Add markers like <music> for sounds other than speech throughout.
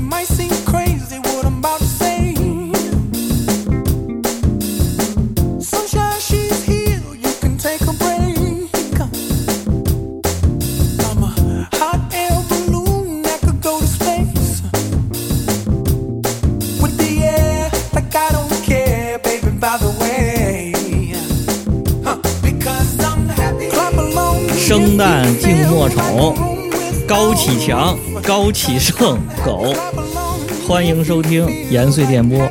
might seem crazy what I'm about to say. Sunshine, she's here, you can take a break. I'm a hot air balloon that could go to space. With the air, like I don't care, baby, by the way. Huh, Because I'm happy. Clap along. 生旦净末丑，高启强、高启盛、狗，欢迎收听延绥电波，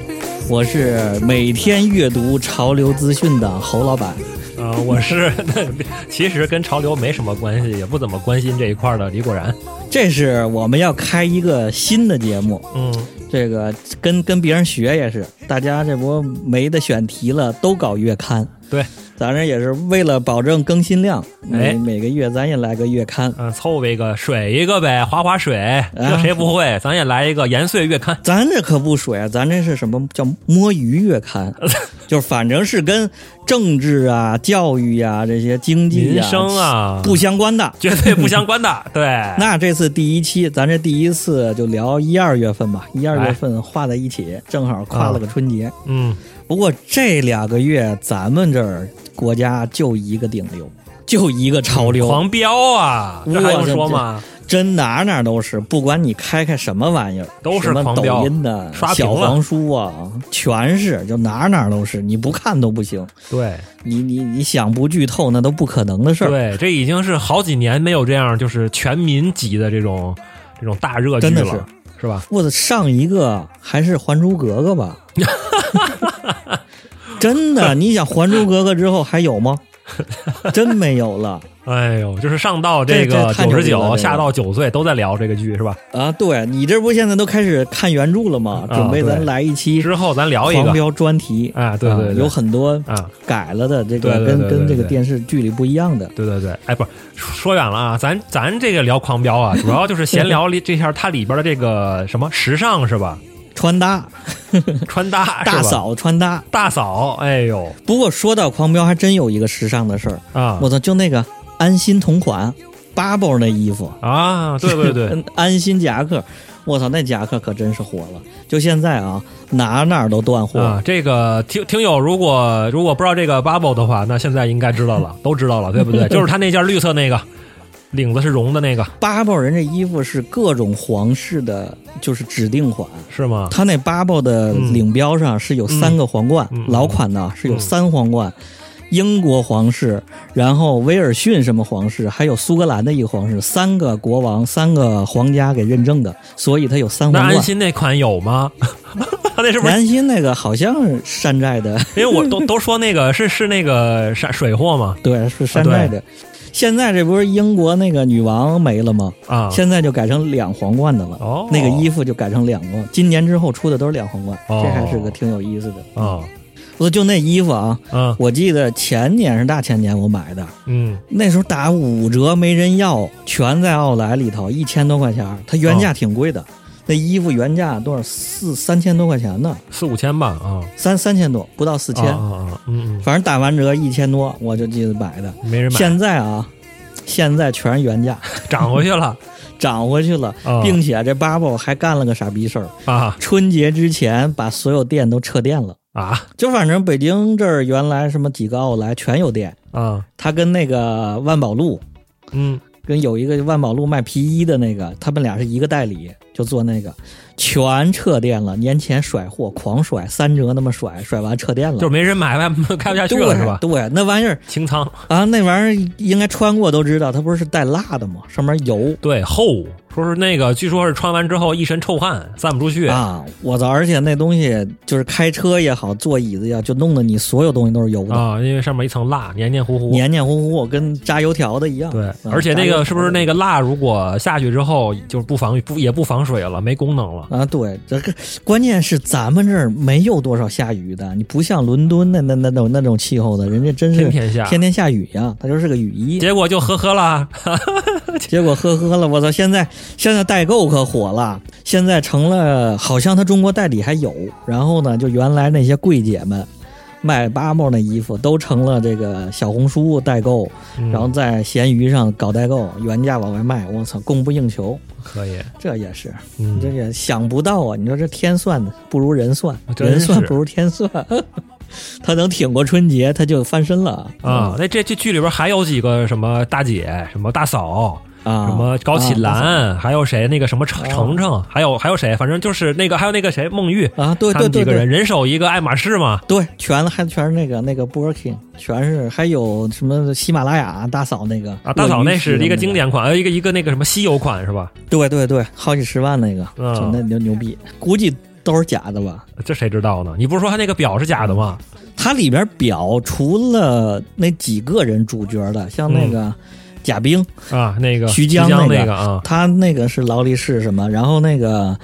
我是每天阅读潮流资讯的侯老板。啊、我是其实跟潮流没什么关系，也不怎么关心这一块儿的李果然。这是我们要开一个新的节目，嗯，这个跟跟别人学也是，大家这不没得选题了，都搞月刊。对，咱这也是为了保证更新量，每、哎每个月咱也来个月刊。嗯、凑合一个水一个呗，划划水，啊这谁不会？咱也来一个延绥月刊。咱这可不水啊，咱这是什么叫摸鱼月刊？ <laughs> 就是反正是跟政治啊、教育啊这些经济民啊、生啊，不相关的。绝对不相关的。对， <laughs> 那这次第一期，咱这第一次就聊一二月份哎吧，一二月份画在一起，正好跨了个春节。嗯，不过这两个月咱们这儿国家就一个顶流，就一个潮流，狂飙啊，这还用说吗？真哪哪都是，不管你开开什么玩意儿，都是什么狂飙抖音的、刷屏小了黄书啊，全是，就哪哪都是，你不看都不行，对你你你想不剧透那都不可能的事儿，对，这已经是好几年没有这样就是全民级的这种这种大热剧真的了，是吧？我的上一个还是《还珠格格》 <laughs> 吧，真的，你想《还珠格格》之后还有吗？真没有了哎呦，就是上到这个这太九牛逼十了这九，个下到九岁都在聊这个剧，是吧？啊！对你这不现在都开始看原著了吗？啊准备咱对来一期之后咱聊一狂个飙专题啊对对对有很多啊，改了的这对个对跟对对跟这个对电视剧里不一样的。对对对，哎，不是说远了啊，咱咱这个聊狂飙啊，主要就是闲聊里这下它里边的这个什么时尚 <laughs> 是吧？穿搭，穿搭是吧大嫂穿搭。大嫂，哎呦不过说到狂飙，还真有一个时尚的事儿。啊我操，就那个安心同款，Bubble 那衣服，啊，对 <laughs> 对对，，嗯安心夹克，我操，那夹克可真是火了。就现在啊，哪哪儿都断货。啊，这个听听友如果如果不知道这个 bubble 的话，那现在应该知道了，都知道了，对不 <laughs> 对？就是他那件绿色那个，领子是绒的那个， Bubble 人这衣服是各种皇室的，就是指定款。是吗？它那 Bubble 的领标上是有三个皇冠，嗯嗯老款呢是有三皇冠，英国皇室，然后威尔逊什么皇室，还有苏格兰的一个皇室，三个国王、三个皇家给认证的，所以它有三那皇冠。安心那款 <laughs> 有吗？他那是不是？安心那个好像是山寨的，因为我都都说那个是是那个山水货嘛对，是山寨的。现在这不是英国那个女王没了吗？啊，现在就改成两皇冠的了。哦那个衣服就改成两个，今年之后出的都是两皇冠，哦这还是个挺有意思的。啊我就那衣服啊，啊我记得前年是大前年我买的，嗯那时候打五折没人要，全在奥莱里头，一千多块钱儿，它原价挺贵哦的。那衣服原价多少？四三千多块钱呢，四五千吧啊，三三千多，不到四千，啊啊啊嗯反正打完折一千多，我就记得买的。嗯，没人买，现在啊，现在全是原价， <laughs> 涨回去了涨回去了，啊并且这 Bubble 还干了个傻逼事儿，啊春节之前把所有店都撤店了。啊就反正北京这儿原来什么几个奥莱全有店，啊他跟那个万宝路，嗯跟有一个万宝路卖皮衣的那个，他们俩是一个代理，就做那个，全撤店了。年前甩货，狂甩三折那么甩，甩完撤店了，就是没人买 <laughs> 外开不下去了是吧？对啊对，那玩意儿清仓啊，那玩意儿应该穿过都知道，它不是带蜡的吗？上面油。对厚，说是那个据说是穿完之后一身臭汗散不出去，啊！我操！而且那东西就是开车也好，坐椅子也好，就弄得你所有东西都是油的。啊，因为上面一层蜡，黏黏糊糊。黏黏糊糊，跟炸油条的一样。对啊，而且那炸油条个的是不是那个蜡，如果下去之后就是不防不也不防水了，没功能了啊？对，这个关键是咱们这儿没有多少下雨的，你不像伦敦那那那种那种气候的，人家真是天天下天天下雨呀，它就是个雨衣。结果就呵呵啦，结果呵呵了，我操！现在现在代购可火了，现在成了好像他中国代理还有，然后呢，就原来那些柜姐们。卖八毛那衣服都成了这个小红书代购，嗯然后在闲鱼上搞代购，原价往外卖，我操，供不应求，可以，这也是，嗯你这也想不到啊！你说这天算的不如人算，真人算是不如天算， <laughs> 他能挺过春节，他就翻身了啊，那这这剧里边还有几个什么大姐、什么大嫂、啊！什么高启兰，还有谁那个什么程啊程程，还有还有谁，反正就是那个还有那个谁孟玉啊对对他们几对个对人人手一个爱马仕嘛，对，全还全是那个那个 Birkin，全是还有什么喜马拉雅大嫂那个啊，大嫂鳄鱼那皮是的一个经，典款，还呃有一个一个那个什么稀有款是吧？对对对，好几十万那个，嗯就那牛牛逼，估计都是假的吧？这谁知道呢？你不是说他那个表是假的吗？它里边表除了那几个人主角的，像嗯那个贾冰，啊，那个徐江江那个个啊他那个是劳力士什么，然后那个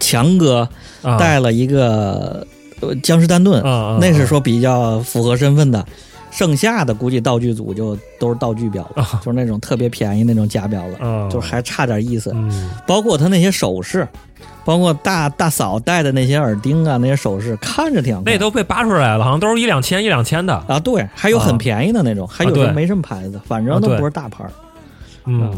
强哥啊，带了一个呃江诗丹顿，啊啊那是说比较符合身份的。剩下的估计道具组就都是道具表了，啊就是那种特别便宜那种假表了，啊就是还差点意思。嗯包括他那些首饰，包括大大嫂戴的那些耳钉啊，那些首饰看着挺好看那都被扒出来了，好像都是一两千一两千的，啊，对，还有啊很便宜的那种，还有啊对的没什么牌子，反正都啊对不是大牌儿。嗯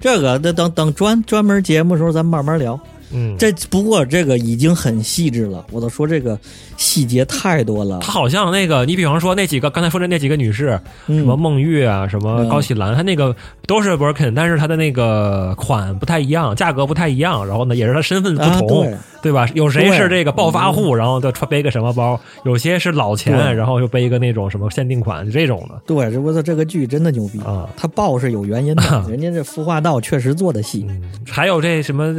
这个那等等专专门节目的时候咱们慢慢聊。嗯，这不过这个已经很细致了，我都说这个细节太多了。他好像那个，你比方说那几个刚才说的那几个女士，什么嗯，孟玉啊，什么嗯高启兰，她那个都是 Birkin，但是她的那个款不太一样，价格不太一样，然后呢，也是她身份不啊同，对对吧？有谁对嗯是这个暴发户，然后就穿背个什么包？有些是老钱，对然后又背一个那种什么限定款这种的对，这不是这个剧真的牛逼啊他爆是有原因的，人家这孵化道确实做的细嗯，还有这什么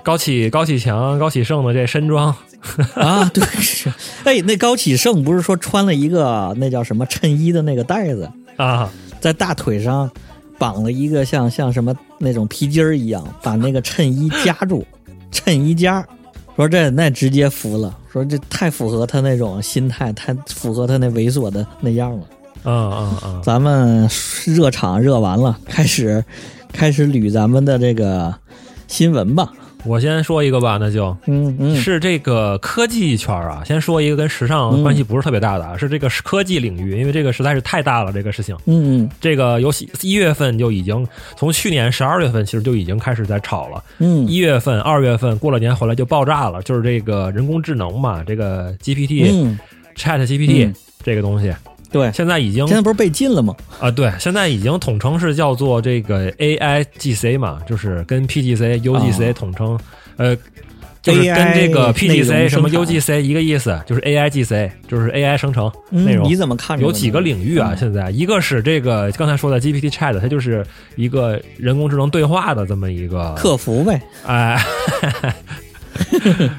高启高启强、高启盛的这身装，啊。对，是 <laughs> 哎，那高启盛不是说穿了一个那叫什么衬衣的那个带子，啊，在大腿上绑了一个像像什么那种皮筋儿一样，把那个衬衣夹住，衬衣夹。说这那直接服了，说这太符合他那种心态，太符合他那猥琐的那样了。嗯嗯嗯，咱们热场热完了，开始开始捋咱们的这个新闻吧。我先说一个吧，那就。嗯嗯，是这个科技圈儿啊，先说一个跟时尚关系不是特别大的啊，是这个科技领域，因为这个实在是太大了，这个事情。嗯这个由一月份就已经从去年十二月份其实就已经开始在炒了，嗯一月份、二月份过了年回来就爆炸了，就是这个人工智能嘛，这个 GPT、嗯， Chat GPT 嗯这个东西，对，现在已经现在不是被禁了吗？啊，对，现在已经统称是叫做这个 AIGC 嘛，就是跟 PGC、UGC 哦统称，呃，就是跟这个 AI 内容 PGC 什么生产 UGC 一个意思，就是 AIGC，就是 AI 生成内嗯，容你。怎么看？有几个领域嗯啊？现在一个是这个刚才说的 GPT Chat，它就是一个人工智能对话的这么一个，客服呗，哎， <laughs>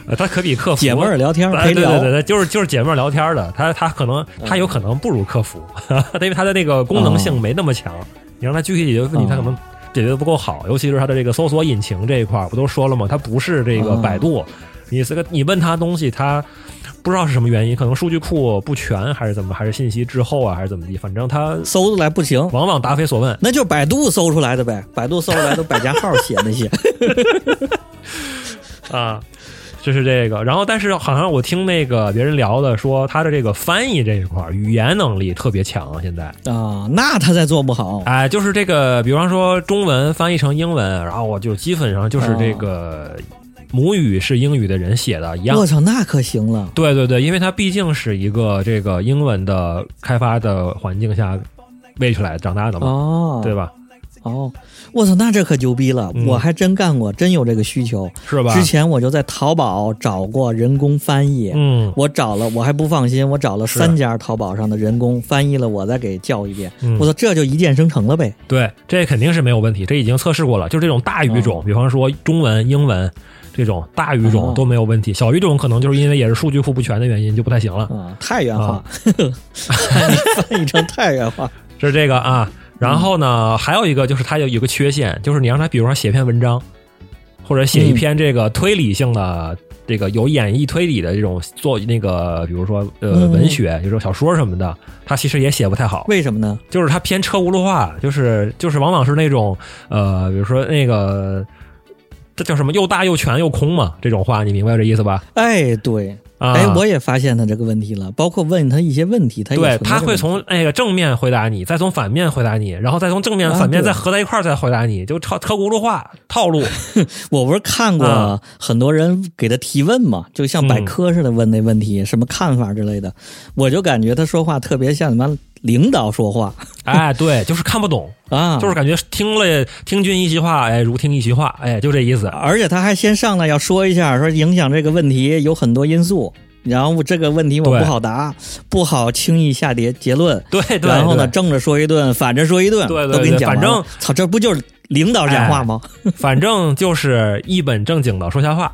呃它可比客服姐妹儿聊天儿哎，陪对对聊对，对，就是就是姐妹儿聊天儿的，他他可能他有可能不如客服， <laughs> 因为他的那个功能嗯性没那么强。你让他具体解决问题，哦他可能解决的不够好，尤其是他的这个搜索引擎这一块儿，不都说了吗？他不是这个哦百度，你这个你问他东西，他不知道是什么原因，可能数据库不全，还是怎么，还是信息滞后啊，还是怎么地，反正他搜出来不行，往往答非所问。那就是百度搜出来的呗。百度搜出来都百家号写那 <laughs> 些，啊， <laughs> 就是这个。然后，但是好像我听那个别人聊的说，他的这个翻译这一块儿语言能力特别强啊，现在。啊，那他再做不好，哎，就是这个，比方说中文翻译成英文，然后我就基本上就是这个哦母语是英语的人写的一样我。操，那可行了。对对对，因为它毕竟是一个这个英文的开发的环境下喂出来长大的嘛，哦，对吧？哦，我操，那这可牛逼了！嗯我还真干过，真有这个需求。是吧之？前我就在淘宝找过人工翻译，嗯我找了，我还不放心，我找了是三家淘宝上的人工翻译了，我再给叫一遍。嗯我说这就一键生成了呗。对，这肯定是没有问题，这已经测试过了。就是这种大语种，比方说中文、英文这种大语种哦都没有问题，小语种可能就是因为也是数据库不全的原因就不太行了。啊，太原话啊， <laughs> 翻译成太原 <laughs> 话。这是这个啊。然后嗯呢，还有一个就是它有有个缺陷，就是你让它比如说写篇文章，或者写一篇这个推理性的、这个有演绎推理的这种做那个，比如说呃、嗯文学，比如说小说什么的，它其实也写不太好，为什么呢？就是它偏车轱辘话，就是就是往往是那种呃，比如说那个。这叫什么？又大又全又空嘛，这种话你明白这意思吧？哎，对，啊，哎，我也发现他这个问题了，包括问他一些问题，他也对存在他这个会从那个正面回答你，再从反面回答你，然后再从正面、啊反面对再合在一块儿再回答你，就超车轱辘话 <laughs> 套路。我不是看过啊嗯很多人给他提问嘛，就像百科似的问那问题，什么看法之类的，我就感觉他说话特别像你妈领导说话哎，对，就是看不懂，啊，就是感觉听了听君一席话，哎，如听一席话，哎，就这意思。而且他还先上来要说一下，说影响这个问题有很多因素，然后这个问题我对不好答，不好轻易下结结论。对对，然后呢，对正着说一顿，反着说一顿，对对都给你对讲反完了正哎操，这不就是领导讲话吗？ <laughs> 反正就是一本正经的说瞎话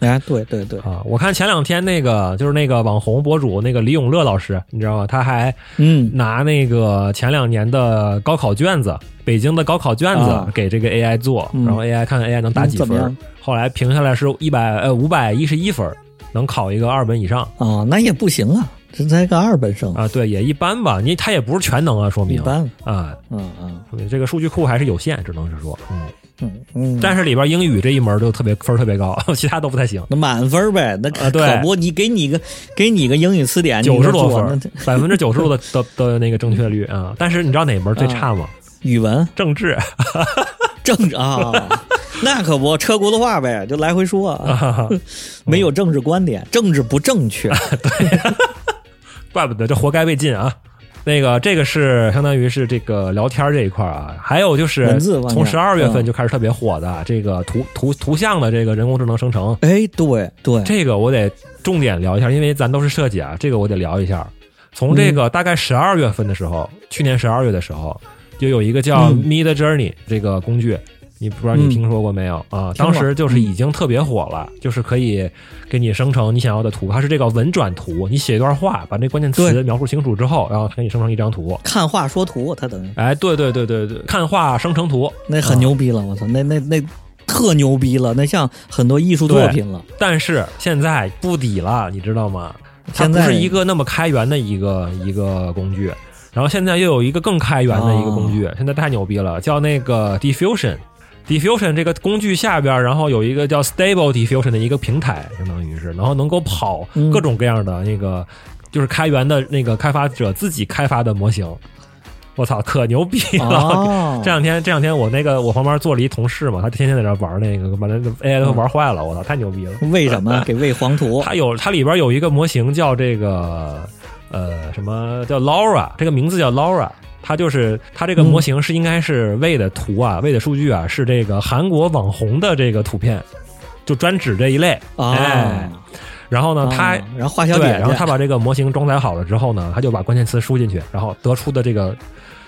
哎对对对，啊！我看前两天那个就是那个网红博主那个李永乐老师，你知道吗？他还嗯，拿那个前两年的高考卷子，北京的高考卷子啊给这个 AI 做，嗯然后 AI 看看 AI 能打嗯几怎么分儿。样后来评下来是一百呃五百一十一分儿，能考一个二本以上啊，那也不行啊，这才个二本生，啊。对，也一般吧，你他也不是全能啊，说一明般，啊，嗯嗯这个数据库还是有限，只能是说，嗯，嗯嗯，但是里边英语这一门就特别分儿特别高， <laughs> 其他都不太行。那满分呗，那可啊对可不，你给你个给你个英语词典，九十多你能做分那，百分之九十多的的的那个正确率啊！但是你知道哪门最差吗？语文政治 <laughs> 政治啊， <laughs> 那可不，车轱辘话呗，就来回说，啊，没有政治观点，政治不正确，嗯怪不得这活该被禁啊！那个，这个是相当于是这个聊天这一块儿啊，还有就是文字方面从十二月份嗯就开始特别火的、这个图图图像的这个人工智能生成， <laughs> 哎，对对，这个我得重点聊一下，因为咱都是设计啊，这个我得聊一下。从这个大概十二月份的时候，去年十二月的时候，就有一个叫嗯 Mid Journey 这个工具，你不知道你嗯听说过没有、啊？听过嗯当时就是已经特别火了，就是可以给你生成你想要的图，它是这个文转图，你写一段话，把那关键词对描述清楚之后，然后它给你生成一张图。看话说图，他等于哎，对对对对对，看画生成图，那很牛逼了，我操，那那那特牛逼了，那像很多艺术作对品了，但是现在不抵了，你知道吗？它现不在是一个那么开源的一个一个工具，然后现在又有一个更开源的一个工具，现在太牛逼了，叫那个 Diffusion。Diffusion 这个工具下边，然后有一个叫 Stable Diffusion 的一个平台，相当于是，然后能够跑嗯各种各样的那个，就是开源的那个开发者自己开发的模型。我操，可牛逼了！ <laughs> 哦，这两天这两天我那个我旁边坐了一同事嘛，他天天在那玩那个，把那个 AI 都玩坏了，我操，太牛逼了！为什么给喂黄图？它有它里边有一个模型叫这个呃什么叫 Laura，这个名字叫 Laura。它就是它这个模型是应该是喂的图啊，喂的数据啊，是这个韩国网红的这个图片，就专指这一类。啊，哎，然后呢，它、啊然后画小对，点去，然后它把这个模型装载好了之后呢，它就把关键词输进去，然后得出的这个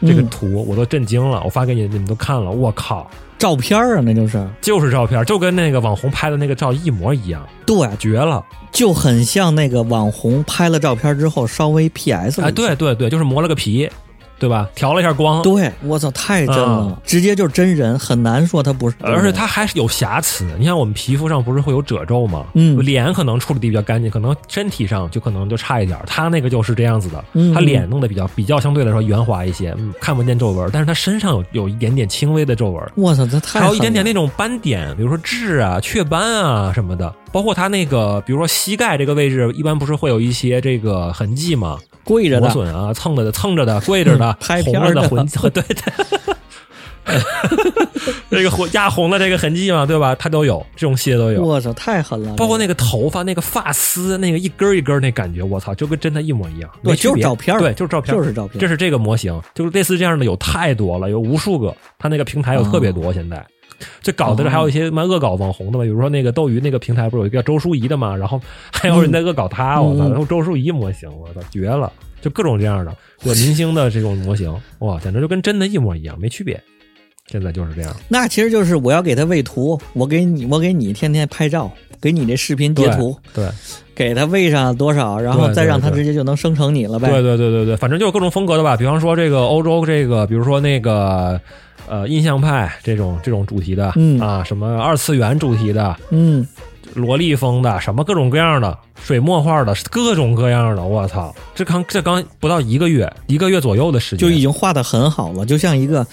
这个嗯图我都震惊了，我发给你，你们都看了，我靠，照片儿啊，那就是就是照片，就跟那个网红拍的那个照一模一样，对，绝了！就很像那个网红拍了照片之后稍微 PS 了一下哎，对对对，就是磨了个皮，对吧？调了一下光，对，我操，太真了，直接就是真人，很难说他不是，嗯而且它还是有瑕疵。你看我们皮肤上不是会有褶皱吗？嗯脸可能处理的比较干净，可能身体上就可能就差一点儿。他那个就是这样子的，嗯他脸弄得比较比较相对来说圆滑一些，嗯，看不见皱纹，但是他身上有有一点点轻微的皱纹。我操，他太还有一点点狠那种斑点，比如说痣啊、雀斑啊什么的，包括他那个，比如说膝盖这个位置，一般不是会有一些这个痕迹吗？了跪着磨的，损啊，蹭着的、蹭 <laughs> 着的、跪着的、拍红片了儿的的痕迹， <laughs> 对对。 <laughs> 这个红压红了这个痕迹嘛，对吧？它都有这种细节都有，我操，太狠了，包括那个头发、那个发丝、那个一根儿一根儿那感觉，我操，就跟真的一模一样。对没区别就是照片儿对，就是照片儿，就是照片儿这是这个模型，就是类似这样的有太多了，有无数个。它那个平台有特别哦多，现在。这搞的是还有一些蛮恶搞网红的嘛，比如说那个斗鱼那个平台不是有一个叫周淑怡的嘛，然后还有人在恶搞她，我操，嗯然后周淑怡模型，我操，绝了，就各种这样的，对明星的这种模型，哇，简直就跟真的一模一样，没区别。现在就是这样，那其实就是我要给他喂图，我给你，我给你天天拍照，给你这视频截对图，对给他喂上多少，然后对再对让他对直接就能生成你了呗。对对对对对，反正就是各种风格的吧。比方说这个欧洲这个，比如说那个呃印象派这种这种主题的，嗯啊，什么二次元主题的，嗯，萝莉风的，什么各种各样的，水墨画的，各种各样的。我操，这刚这刚不到一个月，一个月左右的时间，就已经画的很好了，就像一个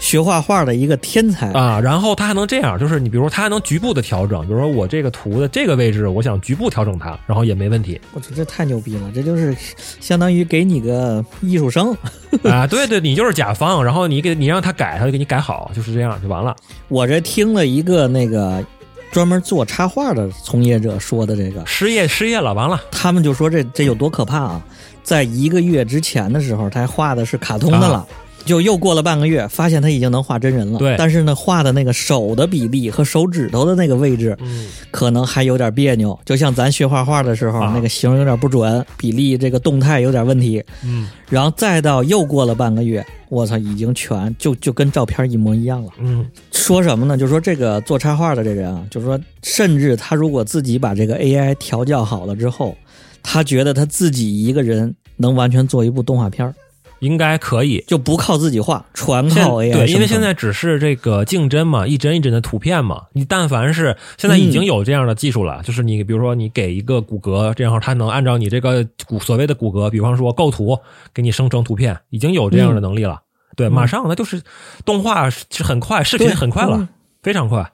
学画画的一个天才，啊，然后它还能这样，就是你比如说它还能局部的调整，比如说我这个图的这个位置，我想局部调整它，然后也没问题我觉得这太牛逼了，这就是相当于给你个艺术生。 <laughs> 啊。对对，你就是甲方，然后你给你让他改，他就给你改好，就是这样就完了。我这听了一个那个专门做插画的从业者说的这个，失业失业了，完了，他们就说这这有多可怕啊！在一个月之前的时候，他还画的是卡通的了。啊就又过了半个月，发现他已经能画真人了。对但是呢，画的那个手的比例和手指头的那个位置，嗯，可能还有点别扭。就像咱学画画的时候，啊那个形有点不准，比例这个动态有点问题。嗯然后再到又过了半个月，我操，已经全就就跟照片一模一样了。嗯说什么呢？就说这个做插画的这人啊，就说甚至他如果自己把这个 AI 调教好了之后，他觉得他自己一个人能完全做一部动画片儿，应该可以。就不靠自己画，全现靠 AI 对，生因为成现在只是这个竞争嘛，一帧一帧的图片嘛。你但凡是现在已嗯经有这样的技术了，就是你比如说你给一个骨骼，这样它能按照你这个骨所谓的骨骼，比方说构图，给你生成图片，已经有嗯这样的能力了。对，马上那就是动画是很快，视频对很快嗯了，非常快。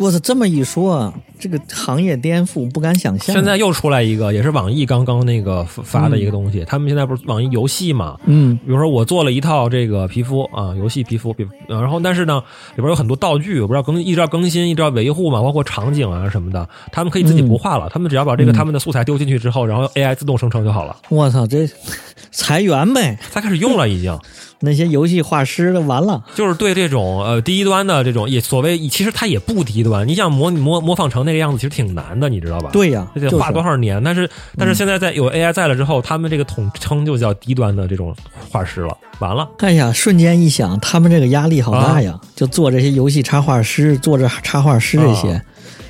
我操，这么一说，啊，这个行业颠覆不敢想象。现在又出来一个，也是网易刚刚那个发发的一个东西，他们现在不是网易游戏嘛？嗯，比如说我做了一套这个皮肤啊，游戏皮肤，比呃然后但是呢，里边有很多道具，我不知道更一直要更新，一直要维护嘛，包括场景啊什么的，他们可以自己不画嗯了，他们只要把这个他们的素材丢进去之后，然后 AI 自动生成就好了。我操，这 <laughs> 裁员呗，他开始用了，已经那些游戏画师的完了。就是对这种呃低端的这种也所谓，其实它也不低端，你想模模模仿成那个样子，其实挺难的，你知道吧？。对呀、这得就是嗯花多少年？但是但是现在在有 AI 在了之后，他们这个统称就叫低端的这种画师了。完了，哎呀，瞬间一想，他们这个压力好啊大呀！就做这些游戏插画师，做这插画师这些，啊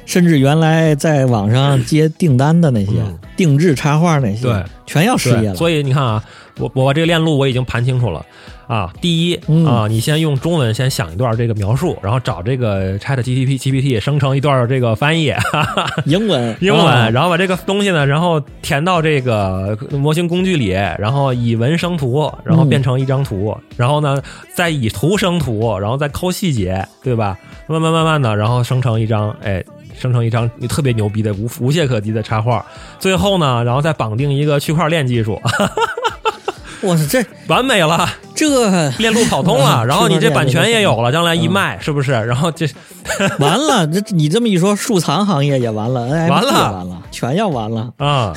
甚至原来在网上接订单的那些、嗯定制插画那些，对全要失业对，了。所以你看啊，我我把这个链路我已经盘清楚了啊。第一、嗯啊，你先用中文先想一段这个描述，然后找这个 Chat GPT GPT 生成一段这 <laughs> 个翻译，英文， <laughs> 英文，啊然后把这个东西呢，然后填到这个模型工具里，然后以文生图，然后变成一张图，然后呢再以图生图，然后再抠细节，对吧？慢慢慢慢的，然后生成一张，哎，生成一张你特别牛逼的无无懈可击的插画，最后呢，然后再绑定一个区块链技术，我操，这完 <laughs> 美了，这 <laughs> 链路跑通了，嗯然后你区块这链版这权个也有了，将来一嗯卖是不是？然后这完了，这你这么一说，收藏行业也完了，NFT 也完了完了，全要完了。啊，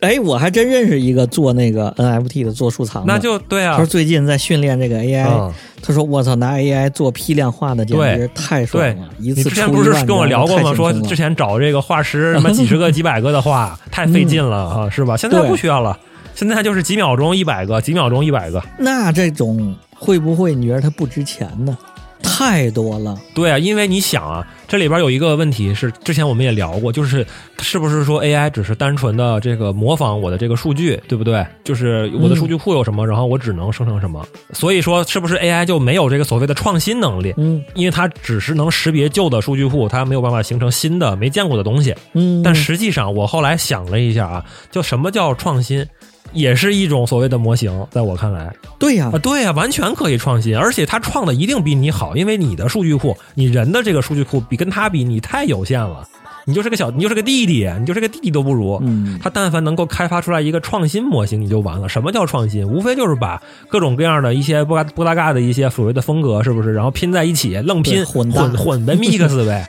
哎，我还真认识一个做那个 NFT 的，做收藏的。那就对他啊说。最近在训练这个 AI，、嗯他说我操，拿 AI 做批量化的简直太爽对了，，一你次之前出不一是万跟我张聊过太吗？轻说松了之前找这个画师 <laughs> 什么几十个、几百个的画，太费劲了啊，是吧？现在对不需要了，现在就是几秒钟一百个，几秒钟一百个。那这种会不会你觉得它不值钱呢？太多了，对啊，因为你想啊，这里边有一个问题是，之前我们也聊过，就是是不是说 AI 只是单纯的这个模仿我的这个数据，对不对？就是我的数据库有什么，然后我只能生成什么。所以说，是不是 AI 就没有这个所谓的创新能力？嗯因为它只是能识别旧的数据库，它没有办法形成新的没见过的东西。嗯，但实际上，我后来想了一下啊，就什么叫创新，也是一种所谓的模型，在我看来对呀、啊，对呀、完全可以创新，而且它创的一定比你好，因为你的数据库，你人的这个数据库比跟它比，你太有限了，你就是个小，你就是个弟弟，你就是个弟弟都不如。嗯，它但凡能够开发出来一个创新模型，你就完了。什么叫创新？无非就是把各种各样的一些不搭不搭嘎的一些所谓的风格，是不是？然后拼在一起，愣对拼混搭混混呗 mix <laughs> 呗，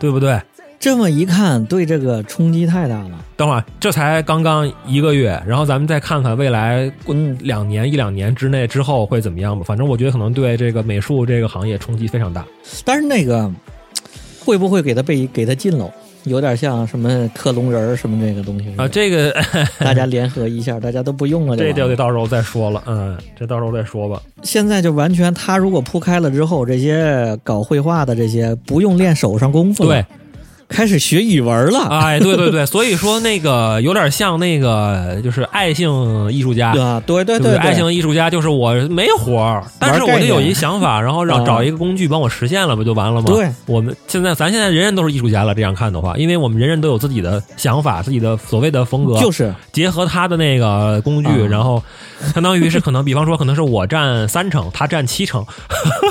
对不对？这么一看，对这个冲击太大了。等会儿，这才刚刚一个月，然后咱们再看看未来过嗯两年、一两年之内之后会怎么样吧。反正我觉得可能对这个美术这个行业冲击非常大。但是那个会不会给它被给它禁喽？有点像什么克隆人儿什么这个东西似的啊，这个大家联合一下，大家都不用了嗯就 <laughs> 这完就了得到时候再说了，嗯，这到时候再说吧。现在就完全，他如果铺开了之后，这些搞绘画的这些不用练手上功夫了，对，开始学语文了哎，对对对，所以说那个有点像那个就是爱情艺术家，啊！对对对对，不爱情艺术家就是我没活儿，但是我就有一想法，然后让啊找一个工具帮我实现了，不就完了吗？对，我们现在咱现在人人都是艺术家了，这样看的话，因为我们人人都有自己的想法，自己的所谓的风格，就是结合他的那个工具，啊然后相当于是可能，比方说可能是我占三成，他占七成，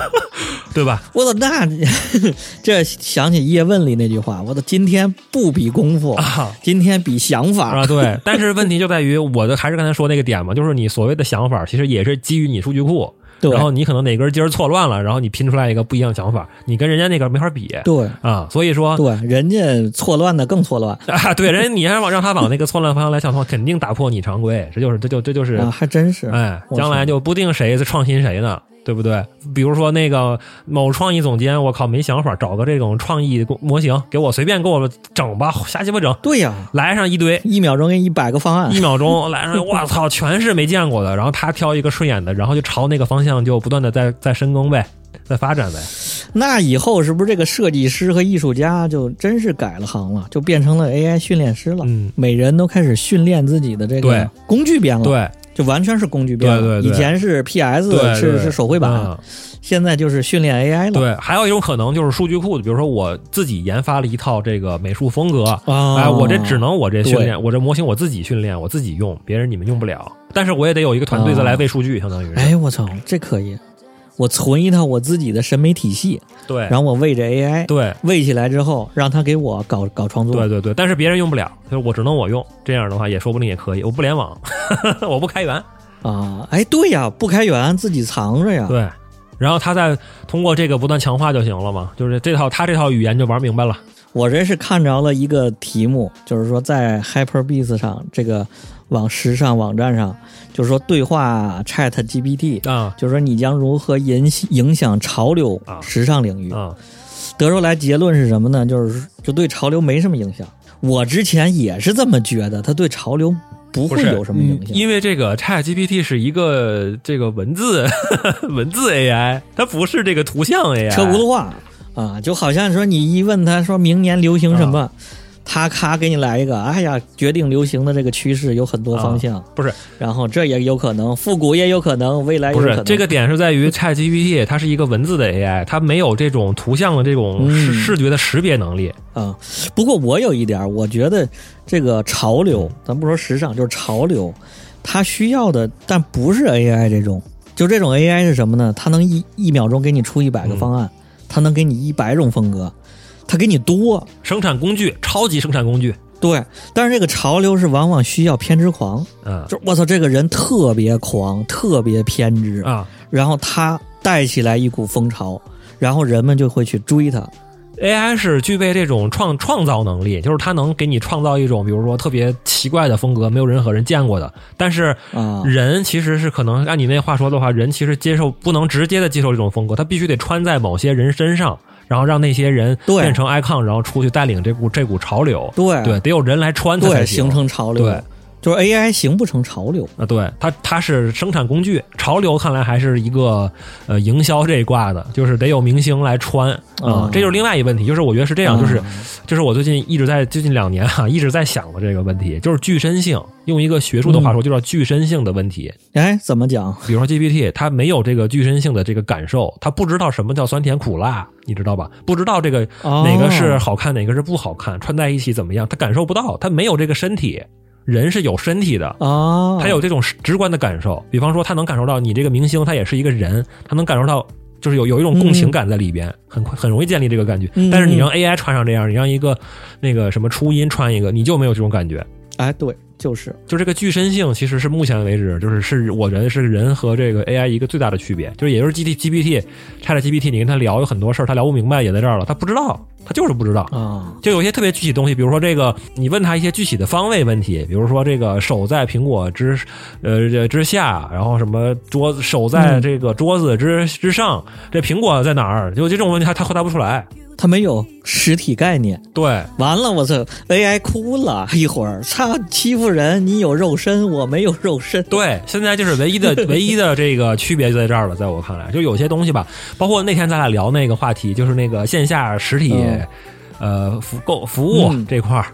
<laughs> 对吧？我操，那 <laughs> 这想起叶问里那句话，我的今天不比功夫，啊今天比想法啊，对，但是问题就在于我的还是刚才说那个点嘛，就是你所谓的想法，其实也是基于你数据库，对然后你可能哪根筋儿错乱了，然后你拼出来一个不一样的想法，你跟人家那个没法比，对啊，所以说对，人家错乱的更错乱 <laughs> 啊，对，人家你还往让他往那个错乱方向来想的话，肯定打破你常规，这就是这就这就是啊，还真是。哎，我将来操就不定谁是创新谁呢，对不对？比如说那个某创意总监，我靠没想法，找个这种创意工模型给我随便给我整吧，瞎鸡巴整，对呀、，来上一堆 <laughs> 一秒钟给你一百个方案一，秒钟来上，我操，全是没见过的。然后他挑一个顺眼的，然后就朝那个方向就不断的在在深耕呗，在发展呗。那以后是不是这个设计师和艺术家就真是改了行了，就变成了 AI 训练师了？嗯每人都开始训练自己的这对个工具编了，，对就完全是工具编了。对对对以前是 PS 对，是对是手绘版，嗯现在就是训练 AI 了。对，还有一种可能就是数据库，比如说我自己研发了一套这个美术风格，啊哎，我这只能我这训对练，我这模型我自己训练，我自己用，别人你们用不了。但是我也得有一个团队再来喂数据，相当于是。啊哎，我操，这可以！我存一套我自己的审美体系，对，然后我喂着 AI，哎对，喂起来之后，让它给我搞搞创作。对对对，但是别人用不了，就是我只能我用。这样的话也说不定也可以，我不联网， <laughs> 我不开源。啊，哎，对呀，不开源自己藏着呀。对，然后他再通过这个不断强化就行了嘛，就是这套他这套语言就玩明白了。我这是看着了一个题目，就是说在 HyperBeats 上这个网时尚网站上，就是说对话 Chat GPT，啊就是说你将如何影影响潮流啊时尚领域。啊得出来结论是什么呢？就是就对潮流没什么影响。我之前也是这么觉得，它对潮流不会有什么影响。嗯因为这个 Chat GPT 是一个这个文字 <laughs> 文字 AI，它不是这个图像 AI。车轱辘话啊，就好像说你一问他说明年流行什啊么，他咔给你来一个，哎呀，决定流行的这个趋势有很多方向，不是然后这也有可能，复古也有可能，未来也不有可是能。这个点是在于 ChatGPT，它是一个文字的 AI，它没有这种图像的这种视、嗯视觉的识别能力。啊、不过我有一点儿，我觉得这个潮流，咱不说时尚，就是潮流，它需要的，但不是 AI 这种。就这种 AI 是什么呢？它能一一秒钟给你出一百个嗯方案，它能给你一百种风格，它给你多。生产工具，超级生产工具。对，但是这个潮流是往往需要偏执狂，嗯就是我操，这个人特别狂，特别偏执，啊然后他带起来一股风潮，然后人们就会去追他。 ，AI 是具备这种创创造能力，就是它能给你创造一种，比如说特别奇怪的风格，没有任何人见过的。但是啊人其实是可能按你那话说的话，人其实接受不能直接的接受这种风格，他必须得穿在某些人身上，然后让那些人对变成 icon，然后出去带领这股这股潮流。对对，得有人来穿它才对，行形成潮流。对，就是 AI 形不成潮流。啊，对，它它是生产工具，潮流看来还是一个呃营销这一挂的，就是得有明星来穿啊、啊这就是另外一个问题，就是我觉得是这样，啊就是就是我最近一直在最近两年啊一直在想的这个问题，就是具身性，用一个学术的话说，就叫具身性的问题。哎，怎么讲？比如说 GPT，它没有这个具身性的这个感受，它不知道什么叫酸甜苦辣，你知道吧？不知道这个哦哪个是好看，哪个是不好看，穿在一起怎么样，它感受不到，它没有这个身体，人是有身体的。哦，他有这种直观的感受，比方说他能感受到你这个明星，他也是一个人，他能感受到就是有有一种共情感在里边，很快很容易建立这个感觉。嗯但是你让 AI 穿上这样，你让一个那个什么初音穿一个，你就没有这种感觉。哎，对，就是就这个具身性，其实是目前为止，就是是我觉得是人和这个 AI 一个最大的区别，就是也就是 G T G P T 差点 G P T，你跟他聊有很多事儿，他聊不明白也在这儿了，他不知道，他就是不知道。啊就有一些特别具体的东西，比如说这个，你问他一些具体的方位问题，比如说这个手在苹果之呃这之下，然后什么桌子手在这个桌子之之上，这苹果在哪儿？就这种问题他他回答不出来。他没有实体概念。对，完了，我操，AI 哭了一会儿，他欺负人，你有肉身，我没有肉身。对，现在就是唯 <laughs> 一的唯一的这个区别就在这儿了，在我看来，就有些东西吧，包括那天咱俩聊那个话题，就是那个线下实体嗯呃服购服务嗯这块儿。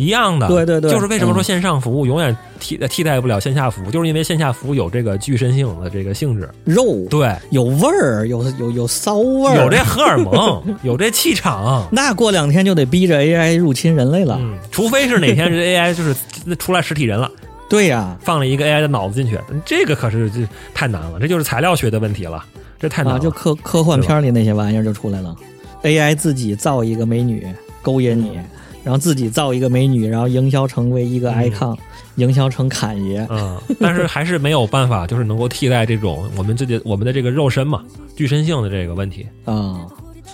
一样的，对对对就是为什么嗯说线上服务永远替呃替代不了线下服务，就是因为线下服务有这个具身性的这个性质，肉对，有味儿，有有有骚味儿，有这荷尔 <laughs> 蒙，有这气场，那过两天就得逼着 AI 入侵人类了。嗯，除非是哪天是 AI 就是出来实体人了，对呀、放了一个 AI 的脑子进去，这个可是这太难了，这就是材料学的问题了，这太难啊，了。就科科幻片里那些玩意儿就出来了，AI 自己造一个美女勾引你，嗯然后自己造一个美女，然后营销成为一个 icon，、营销成侃爷。 <laughs> 嗯，但是还是没有办法，就是能够替代这种我们自己我们的这个肉身嘛，具身性的这个问题。啊、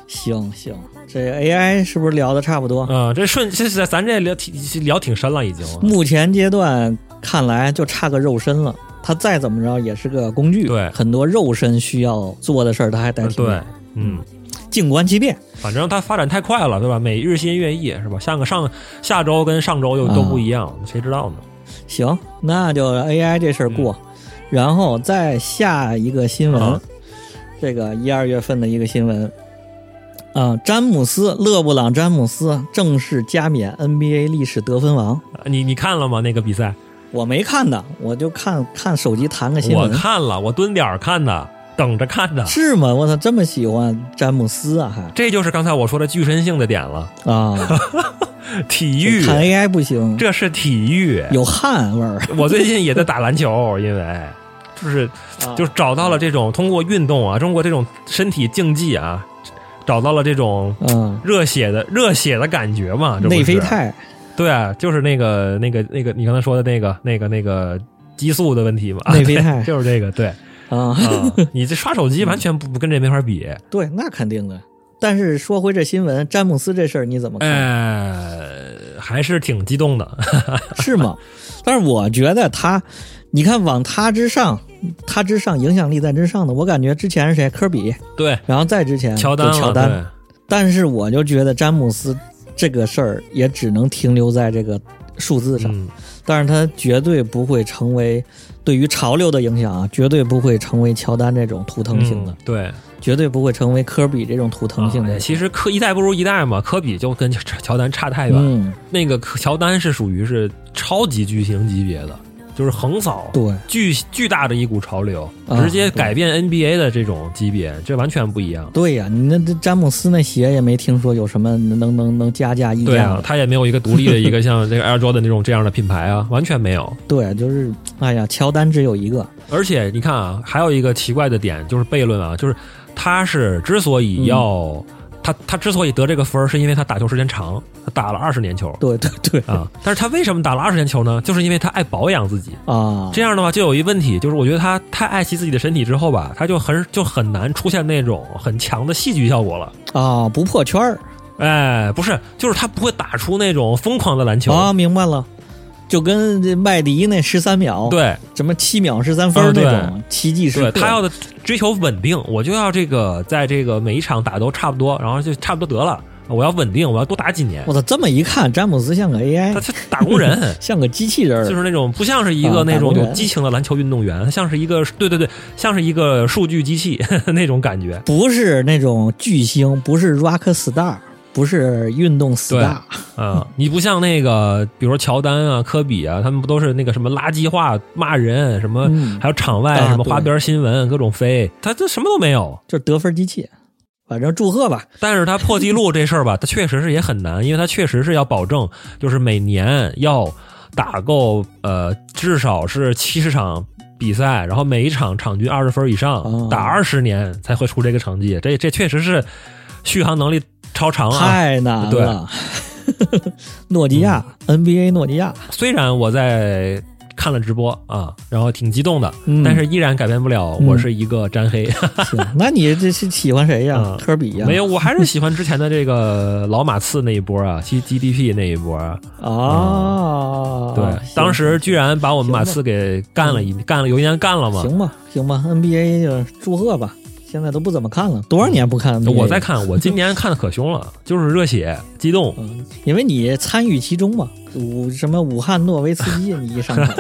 行行，这 AI 是不是聊的差不多？嗯，这顺这这咱这聊挺聊挺深了已经。目前阶段看来就差个肉身了，它再怎么着也是个工具，对很多肉身需要做的事儿，它还代嗯替。对，，嗯，静观其变。反正它发展太快了，对吧？每日新月异是吧？上个上下周跟上周又都不一样，谁知道呢？行，那就 AI 这事儿过，然后再下一个新闻，嗯啊这个一二月份的一个新闻。啊，詹姆斯·勒布朗·詹姆斯正式加冕 NBA 历史得分王。你你看了吗？那个比赛我没看的，我就看看手机弹个新我闻。看了，我蹲点儿看的，等着看的。啊是吗？我操，这么喜欢詹姆斯啊，还这就是刚才我说的具身性的点了，啊， <laughs> 体育，看 AI 不行，这是体育。有汗味儿。我最近也在打篮球，因为就是 <laughs> 啊就是找到了这种通过运动啊，通过这种身体竞技啊，找到了这种嗯，热血的热血的感觉嘛。这不是内啡肽对啊，就是那个那个那个你刚才说的那个那个那个激素的问题嘛， <laughs> 内啡肽啊对就是这个对。啊，啊，你这刷手机完全不不跟这没法比。对，那肯定的。但是说回这新闻，詹姆斯这事儿你怎么看？哎呃，还是挺激动的。是 <laughs> 吗？但是我觉得他，你看往他之上，他之上影响力在之上的，我感觉之前是谁？科比， <laughs> 对，然后再之前乔丹就了，乔丹。但是我就觉得詹姆斯这个事儿也只能停留在这个数字对上，嗯，但是他绝对不会成为对于潮流的影响啊，绝对不会成为乔丹这种图腾性的，嗯对。绝对不会成为科比这种图腾性的。啊其实科一代不如一代嘛，科比就跟乔丹差太远。了。嗯，那个科乔丹是属于是超级巨星级别的，就是横扫对，巨巨大的一股潮流，啊直接改变 NBA 的这种级别，这完全不一样。对呀、你那这詹姆斯那鞋也没听说有什么能能能加价溢对价啊的，，他也没有一个独立的一个像这个 Air Jordan 那种这样的品牌啊，完全没有。对，就是哎呀，乔丹只有一个，而且你看啊，还有一个奇怪的点就是悖论啊，就是他是之所嗯以要、他他之所以得这个分儿，是因为他打球时间长，他打了二十年球对对对啊。但是他为什么打了二十年球呢？就是因为他爱保养自己。啊，这样的话，就有一问题，就是我觉得他太爱惜自己的身体之后吧，他就很就很难出现那种很强的戏剧效果了。啊不破圈儿哎，不是，就是他不会打出那种疯狂的篮球。啊，明白了，就跟这麦迪那十三秒，，对什么七秒十三分儿嗯对那种奇迹时对，刻，他要的追求稳定，我就要这个在这个每一场打都差不多，然后就差不多得了。我要稳定，我要多打几年我。操，这么一看，詹姆斯像个他 AI，。他打工人 <laughs> 像个机器人儿，就是那种不像是一啊个那打种工人有激情的篮球运动员，他像是一个对对对，像是一个数据机器 <laughs> 那种感觉。不是那种巨星，不是 rock star，不是运动 star，嗯啊，你不像那个，比如说乔丹啊、科比啊，他们不都是那个什么垃圾话骂人，什么、嗯还有场外、啊什么对花边新闻各种飞，他这什么都没有。就是得分机器。反正祝贺吧，但是他破纪录这事儿吧，他确实是也很难，因为他确实是要保证，就是每年要打够呃至少是七十场比赛，然后每一场场均二十分以上，哦打二十年才会出这个成绩。这这确实是续航能力超长啊！太难了。 <laughs> 诺基亚、NBA 嗯诺基亚，虽然我在看了直播啊，然后挺激动的，嗯但是依然改变不了我是一个 <laughs> 沾黑。行， <laughs> 那你这是喜欢谁呀、嗯科比呀、没有，我还是喜欢之前的这个老马刺那一 <laughs> 波啊，G G D P 那一波啊。啊、对，行当时居然把我们马刺给干了一干了，有一年干了嘛。行吧，行吧，NBA 就是祝贺吧。现在都不怎么看了，多少年不看 NBA？我在看，我今年看的可凶了， <laughs> 就是热血激动。嗯，因为你参与其中嘛。武什么武汉诺维茨基， <laughs> 你一上场，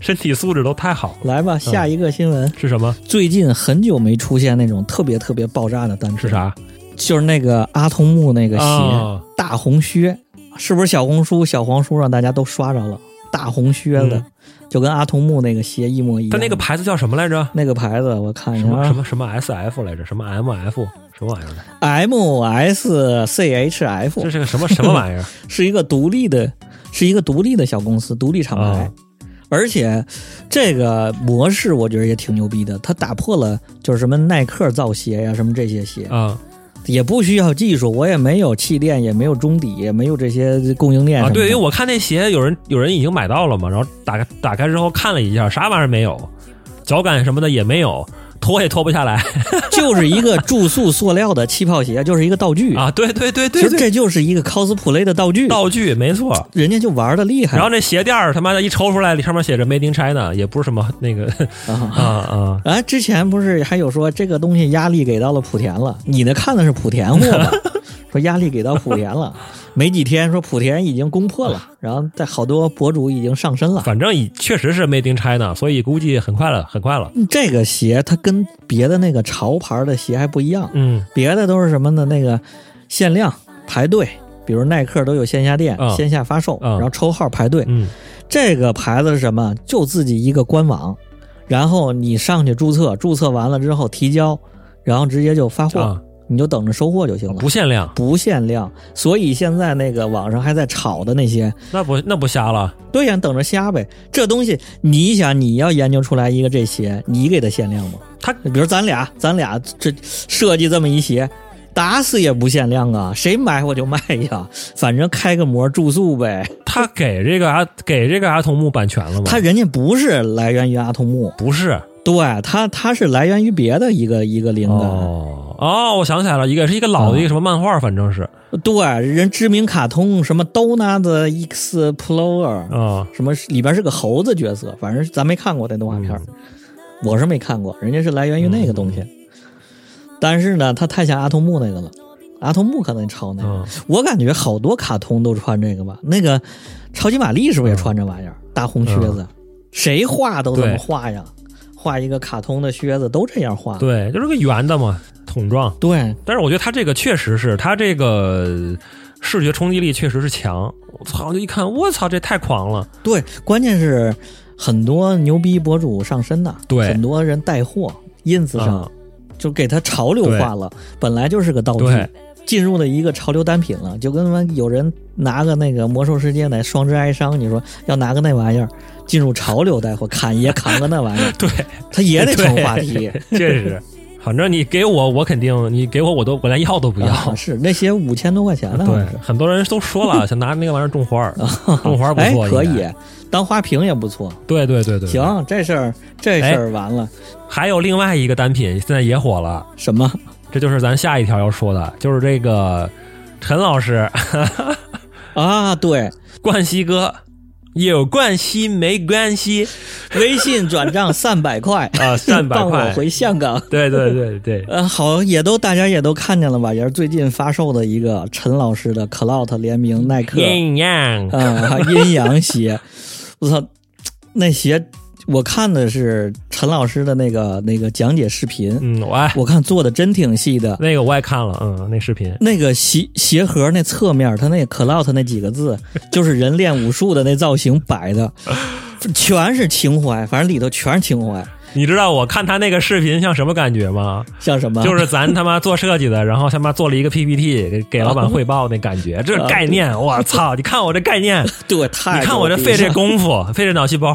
身体素质都太好了。来吧，下一个新闻。是什么？最近很久没出现那种特别特别爆炸的单词，是？啥？就是那个阿童木那个鞋，啊大红靴，是不是小红书、小黄书让大家都刷着了？大红靴子、嗯就跟阿童木那个鞋一模一样。他那个牌子叫什么来着？那个牌子，我看一什下么啊什么什么 S F 来着？什么 M F 什么玩意儿的？ ，M S C H 这 F 是个什么什么玩意儿？ <laughs> 是一个独立的，是一个独立的小公司，独立厂牌。啊而且这个模式我觉得也挺牛逼的，它打破了就是什么耐克造鞋呀、什么这些鞋，啊也不需要技术，我也没有气垫，也没有中底，也没有这些供应链啊！什么的对，因为 <laughs> 我看那鞋有人有人已经买到了嘛，然后打开打开之后看了一下，啥玩意儿没有，脚感什么的也没有，脱也脱不下来就是一个注塑塑料的气泡鞋，就是一个道具。 <laughs> 啊！对对对其对实对，这哎就是一个 cosplay 的道具，道具没错。人家就玩的厉害。然后那鞋垫儿他妈的一抽出来，上面写着 “Made in China”，也不是什么那个 <laughs> 啊啊啊啊！之前不是还有说这个东西压力给到了莆田了，你那看的是莆田货 <laughs> 吧？说压力给到莆田了，没几天说莆田已经攻破 <laughs> 了，然后在好多博主已经上身了。反正已确实是 Made in China，所以估计很快了，很快了。这个鞋它跟别的那个潮牌的鞋还不一样，嗯别的都是什么呢？那个限量排队，比如耐克都有线下店、嗯线下发售，嗯然后抽号排队。嗯这个牌子是什么？就自己一个官网，然后你上去注册，注册完了之后提交，然后直接就发货，啊，你就等着收货就行了。不限量，不限量，所以现在那个网上还在炒的那些，那不那不瞎了。对呀，等着瞎呗。这东西，你想你要研究出来一个这鞋，你给它限量吗？它比如咱俩，咱俩这设计这么一鞋，打死也不限量啊，谁买我就卖呀，反正开个模住宿呗。他给这个阿给这个阿童木版权了吗？他人家不是来源于阿童木，不是对它，它是来源于别的一个一个灵感。哦哦，我想起来了，一个是一个老的一个什么漫画，反正是对，人知名卡通什么 Donut Explorer，、啊什么里边是个猴子角色，反正咱没看过那动画片儿，嗯我是没看过，人家是来源于那个东西。但是呢，它太像阿童木那个了，阿童木可能抄那个。嗯我感觉好多卡通都穿这个吧。那个超级玛丽是不是也穿这玩意儿？大红靴子，谁画都这么嗯对画呀？画一个卡通的靴子都这样画。对，就是个圆的嘛，桶状。对，但是我觉得他这个确实是他这个视觉冲击力确实是强。我操！就一看，我操，这太狂了。对，关键是很多牛逼博主上身呐，对很多人带货，ins 上、啊就给它潮流化了，本来就是个道具对，，进入了一个潮流单品了，就跟他妈有人拿个那个魔兽世界的双之哀伤，你说要拿个那玩意儿进入潮流带货，侃爷扛个那玩意儿对，他也得成话题啊对。，确实。 <laughs> 反正你给我，我肯定你给我，我都我连要都不要。啊是 <laughs> 那些五千多块钱的，好对像是，很多人都说 <laughs> 了，想拿那个玩意儿种花儿，种花儿不哎，错，可应以该。当花瓶也不错。对对对对，对。哎行，这事儿这事儿完了，还有另外一个单品现在也火了，什么？这就是咱下一条要说的，就是这个陈老师啊，对，冠希哥有冠希没关系微信转账三百块，啊， <laughs> 三 <laughs> 百帮我块。回香港。对对对 <laughs> 对，呃，好，也都大家也都看见了吧？也是最近发售的一个陈老师的 Clout 联名耐克阴阳啊、阴阳鞋， <laughs> 我操，那鞋我看的是陈老师的那个那个讲解视频，嗯，我爱我看做的真挺细的。那个我也看了，嗯，那视频那个鞋鞋盒那侧面，它那 clout 那几个 <laughs> 字，就是人练武术的那造型摆的，全是情怀，反正里头全是情怀，你知道我看他那个视频像什么感觉吗？像什么？就是咱他妈做设计的，然后他妈做了一个 PPT 给给老板汇报那感觉，这概念，我操！你看我这概念，对，啊 <laughs> 太你看我这牛逼费这了功夫，费这脑细 <laughs> 胞，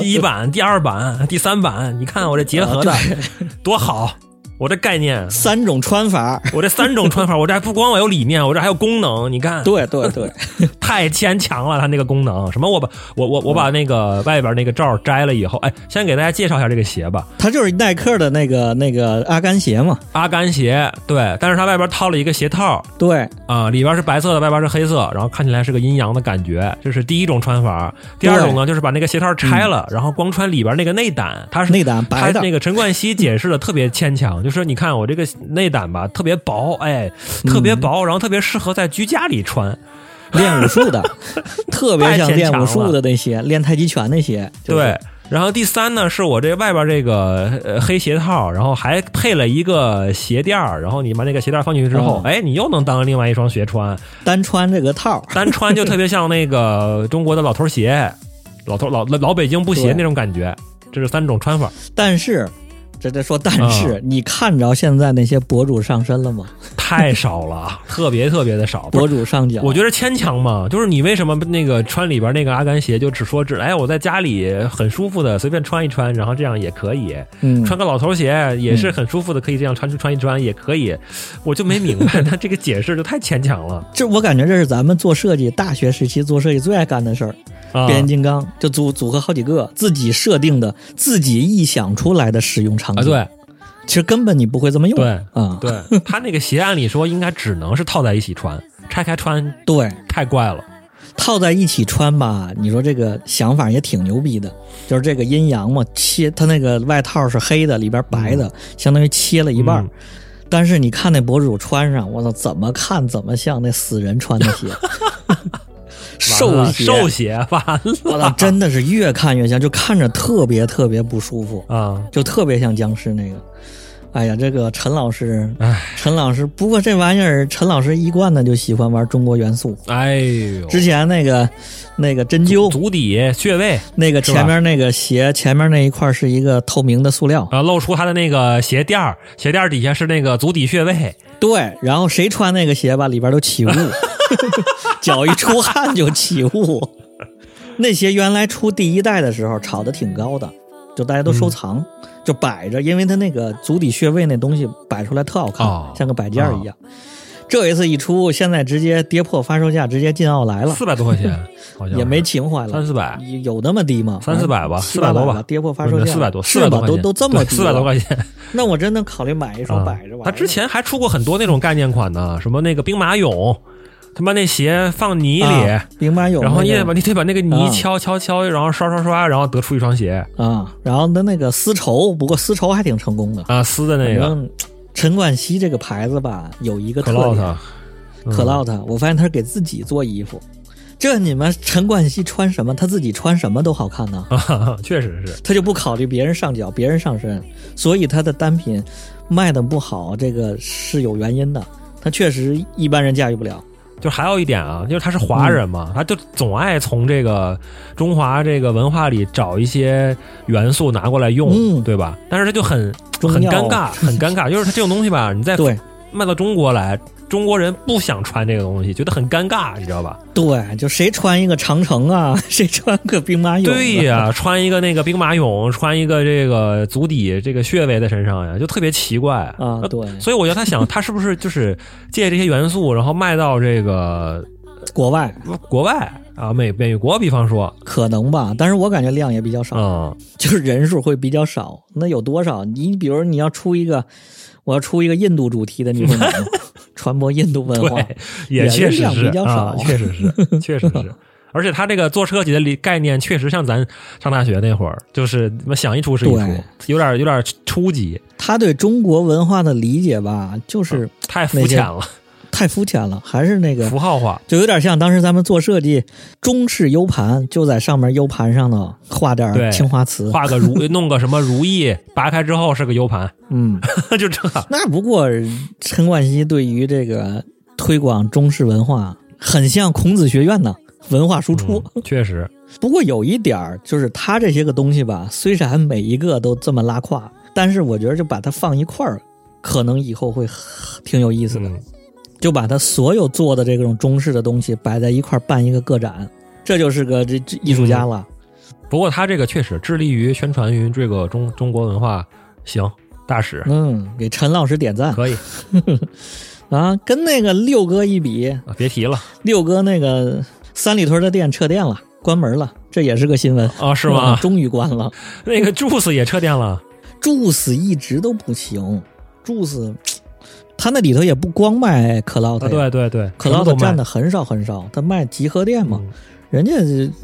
第一版、第二版、第三版，你看我这结合的啊对多好，我这概念，三种穿法，我这三种穿法，我这还不光我有理念，我这还有功能，你看，对对 <laughs> 对，太牵强了，它那个功能，什么我把我我我把那个外边那个罩摘了以后，哎，先给大家介绍一下这个鞋吧，它就是耐克的那个那个阿甘鞋嘛，阿甘鞋，对，但是它外边套了一个鞋套， <laughs> 对，啊、里边是白色的，外边是黑色，然后看起来是个阴阳的感觉，这是第一种穿法。第二种呢，就是把那个鞋套拆了，然后光穿里边那个内胆，它是内胆白的它那个陈冠希解释的特别牵强， <laughs> 就说你看我这个内胆吧，特别薄，哎，嗯特别薄，然后特别适合在居家里穿。 <laughs> 练武术的，特别像练武术的那些，练太极拳那些，就是对，然后第三呢，是我这外边这个呃黑鞋套，然后还配了一个鞋垫儿，然后你把那个鞋垫儿放进去之后，嗯哎，你又能当另外一双鞋穿，单穿这个套儿，单穿就特别像那个中国的老头鞋，老头老老北京布对鞋那种感觉。这是三种穿法，但是。这这说，但是、嗯你看着现在那些博主上身了吗？太少了， <laughs> 特别特别的少。不是博主上脚，我觉得牵强嘛，就是你为什么那个穿里边那个阿甘鞋，就只说只哎我在家里很舒服的随便穿一穿，然后这样也可以，嗯穿个老头鞋也是很舒服的，可以这样穿穿一穿也可以，我就没明白他这个解释就太牵强了这我感觉这是咱们做设计，大学时期做设计最爱干的事儿。啊！变形金刚就组组合好几个自己设定的、自己臆想出来的使用场啊，景。，对其实根本你不会这么用。对啊，对，他那个鞋按理说应该只能是套在一起穿，拆开穿对，太怪了。套在一起穿吧，你说这个想法也挺牛逼的。就是这个阴阳嘛，切它那个外套是黑的，里边白的，相当于切了一半儿。嗯但是你看那博主穿上，我操，怎么看怎么像那死人穿的 <laughs> 鞋，完寿了鞋，寿鞋完了我操，真的是越看越像，就看着特别特别不舒服，啊！就特别像僵尸那个。哎呀，这个陈老师，哎陈老师，不过这玩意儿，陈老师一贯的就喜欢玩中国元素。哎呦，之前那个那个针灸，足底穴位那个是吧前面那个鞋前面那一块是一个透明的塑料，啊，露出他的那个鞋垫儿，鞋垫儿底下是那个足底穴位，对，然后谁穿那个鞋吧，里边都 <laughs> 起雾，脚一出汗就起雾。那鞋原来出第一代的时候炒的挺高的，就大家都收藏，嗯就摆着，因为它那个足底穴位那东西摆出来特好看，哦像个摆件儿一样。这一次一出，现在直接跌破发售价，直接进奥莱了，四百 <laughs> 多块钱，好像也是没情怀了，三四百。有那么低吗？三四百吧，四四百多吧，跌破发售价四百多，是四百多吧？块都钱，都这么低，四百多块钱， <laughs> 那我真的考虑买一双啊摆着玩。他之前还出过很多那种概念款呢，什么那个兵马俑，他妈那鞋放泥里，啊，明白有那个，然后你得把你得把那个啊泥敲敲敲，然后刷刷刷，然后得出一双鞋啊，然后的那个丝绸，不过丝绸还挺成功的。啊，撕的那反个正陈冠希这个牌子吧，有一个特 c l o u 点 t 嗯可 l o t 我发现他是给自己做衣服。这你们陈冠希穿什么，他自己穿什么都好看呢，啊， <laughs> 确实是，他就不考虑别人上脚、别人上身，所以他的单品卖的不好，这个是有原因的。他确实一般人驾驭不了。就还有一点啊，就是他是华人嘛，嗯他就总爱从这个中华这个文化里找一些元素拿过来用，嗯对吧？但是他就很中很药尴尬，很尴尬， <laughs> 就是他这种东西吧，你在对卖到中国来，中国人不想穿这个东西，觉得很尴尬，你知道吧？对，就谁穿一个长城啊， <laughs> 谁穿个兵马俑、啊？对呀、 <laughs> 穿一个那个兵马俑，穿一个这个足底这个穴位在身上呀，就特别奇怪啊，呃对，所以我觉得他想，他是不是就是借这些元素，然后卖到这个国外呃国外啊，美美国，比方说，可能吧，但是我感觉量也比较少，嗯， <laughs> 就是人数会比较少。那有多少？你比如你要出一个，我要出一个印度主题的，你会 <laughs> 买吗？传播印度文化对，也确实量是比较啊少，确实是，确实 <laughs> 是。而且他这个做车企的理概念，确实像咱上大学那会儿，就是他妈想一出是一出对，有点有点初级，他对中国文化的理解吧，就是太肤浅了，太肤浅了，还是那个符号化。就有点像当时咱们做设计，中式 U 盘就在上面 U 盘上头画点儿对青花瓷，画个如弄个什么如意，拔开之后是个 U 盘， <laughs> 嗯，就这那不过陈冠希对于这个推广中式文化，很像孔子学院呢，文化输出。嗯确实不过有一点儿，就是他这些个东西吧，虽然每一个都这么拉胯，但是我觉得就把它放一块儿，可能以后会很挺有意思的。嗯就把他所有做的这种中式的东西摆在一块儿办一个个展，这就是个这这艺术家了。不过他这个确实致力于宣传于这个中中国文化，行大使嗯，给陈老师点赞可以，啊！跟那个六哥一比，啊别提了六哥那个三里屯的店撤店了，关门了，这也是个新闻。嗯啊，是吗？终于关了。那个 Juice 也撤店了， Juice 一直都不行，Juice，它那里头也不光卖 Cloud，啊，对对对，Cloud 占的的很少很少，它卖集合店嗯嘛，人家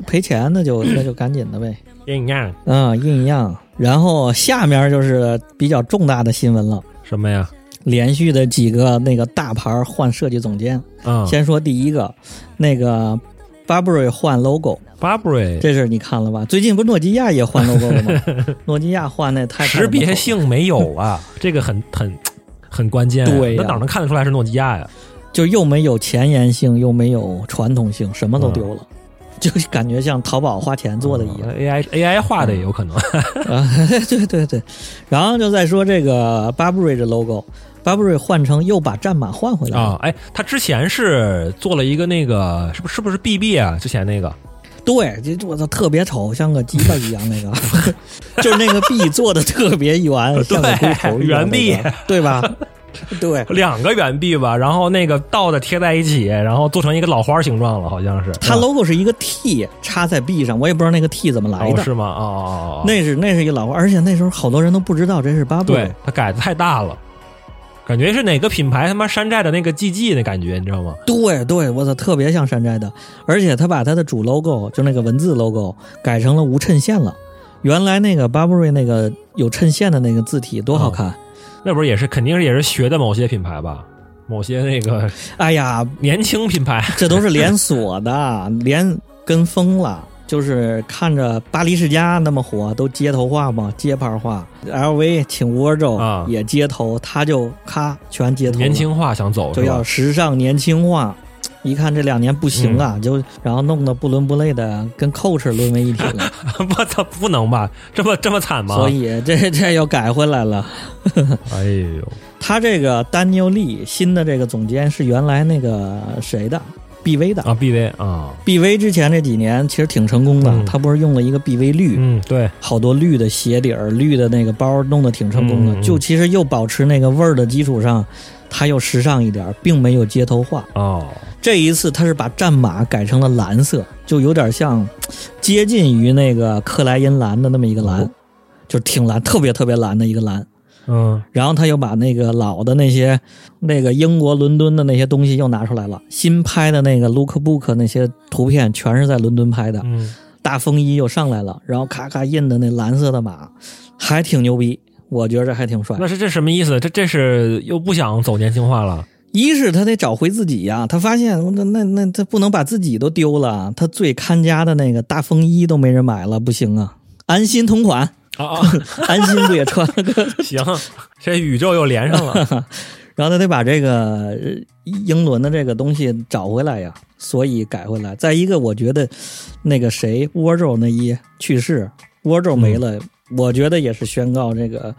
赔钱那就那就赶紧的呗。一样嗯，印一样。然后下面就是比较重大的新闻了，什么呀？连续的几个那个大牌换设计总监。啊先说第一个，那个 Burberry 换 logo， Burberry 这事儿你看了吧？最近不是诺基亚也换 logo 了吗？ <laughs> 诺基亚换那太识别性没 <laughs> 有啊，这个很很很关键、啊。对呀那哪能看得出来是诺基亚呀？就又没有前沿性，又没有传统性，什么都丢嗯了，就是感觉像淘宝花钱做的一样。 AI 嗯 AI 画的也有可能。啊，嗯 <laughs> 对对对，然后就再说这个 Burberry 的 logo，Burberry 换成又把战马换回来了。啊，哎，他之前是做了一个那个，是不是是不是 BB 啊？之前那个对，这我操，特别丑，像个鸡巴一样 <laughs> 那个， <laughs> 就是那个币做的特别圆，像个龟头一样、那个，对圆币对 <laughs> 吧？对，两个圆币吧，然后那个倒的贴在一起，然后做成一个老花形状了，好像是。嗯哦它是吧 logo 是一个 T 插在币上，我也不知道那个 T 怎么来哦的。是吗？哦哦哦，那是那是一个老花，而且那时候好多人都不知道这是 Burberry 对。它改的太大了，感觉是哪个品牌他妈山寨的那个 GG 那感觉，你知道吗？对对，我操，特别像山寨的，而且他把他的主 logo 就那个文字 logo 改成了无衬线了。原来那个 Burberry 那个有衬线的那个字体多好哦看！那不是也是肯定是也是学的某些品牌吧？某些那个哎呀，年轻品牌这都是连锁的，连跟风了。就是看着巴黎世家那么火，都街头化嘛，街牌化。LV 请窝州啊也街头，他就咔全街头了。年轻化想走就是要吧？嗯时尚年轻化。一看这两年不行啊，就然后弄得不伦不类的，跟 Coach 沦为一体了。我操， <laughs> 不能吧？这么这么惨吗？所以这这又改回来了。哎呦，他这个丹尼尔利新的这个总监是原来那个谁的 BV 的啊，BV 啊， ，BV 之前这几年其实挺成功的，嗯他不是用了一个 BV 绿，嗯，对，好多绿的鞋底儿、绿的那个包弄得挺成功的。嗯嗯嗯就其实又保持那个味儿的基础上，他又时尚一点儿，并没有街头化。哦，这一次他是把战马改成了蓝色，就有点像接近于那个克莱因蓝的那么一个蓝，哦就是挺蓝，特别特别蓝的一个蓝。嗯，然后他又把那个老的那些那个英国伦敦的那些东西又拿出来了，新拍的那个 lookbook 那些图片全是在伦敦拍的，嗯，大风衣又上来了，然后咔咔印的那蓝色的马，还挺牛逼，我觉着还挺帅。那是这什么意思？这这是又不想走年轻化了？一是他得找回自己呀、他发现那那那他不能把自己都丢了，他最看家的那个大风衣都没人买了，不行啊！安心同款，啊啊，安心不也穿了个？ <laughs> 行，这宇宙又连 <laughs> 上了。然后他得把这个呃英伦的这个东西找回来呀，所以改回来。再一个，我觉得那个谁沃州那一去世，沃州没了，我觉得也是宣告这个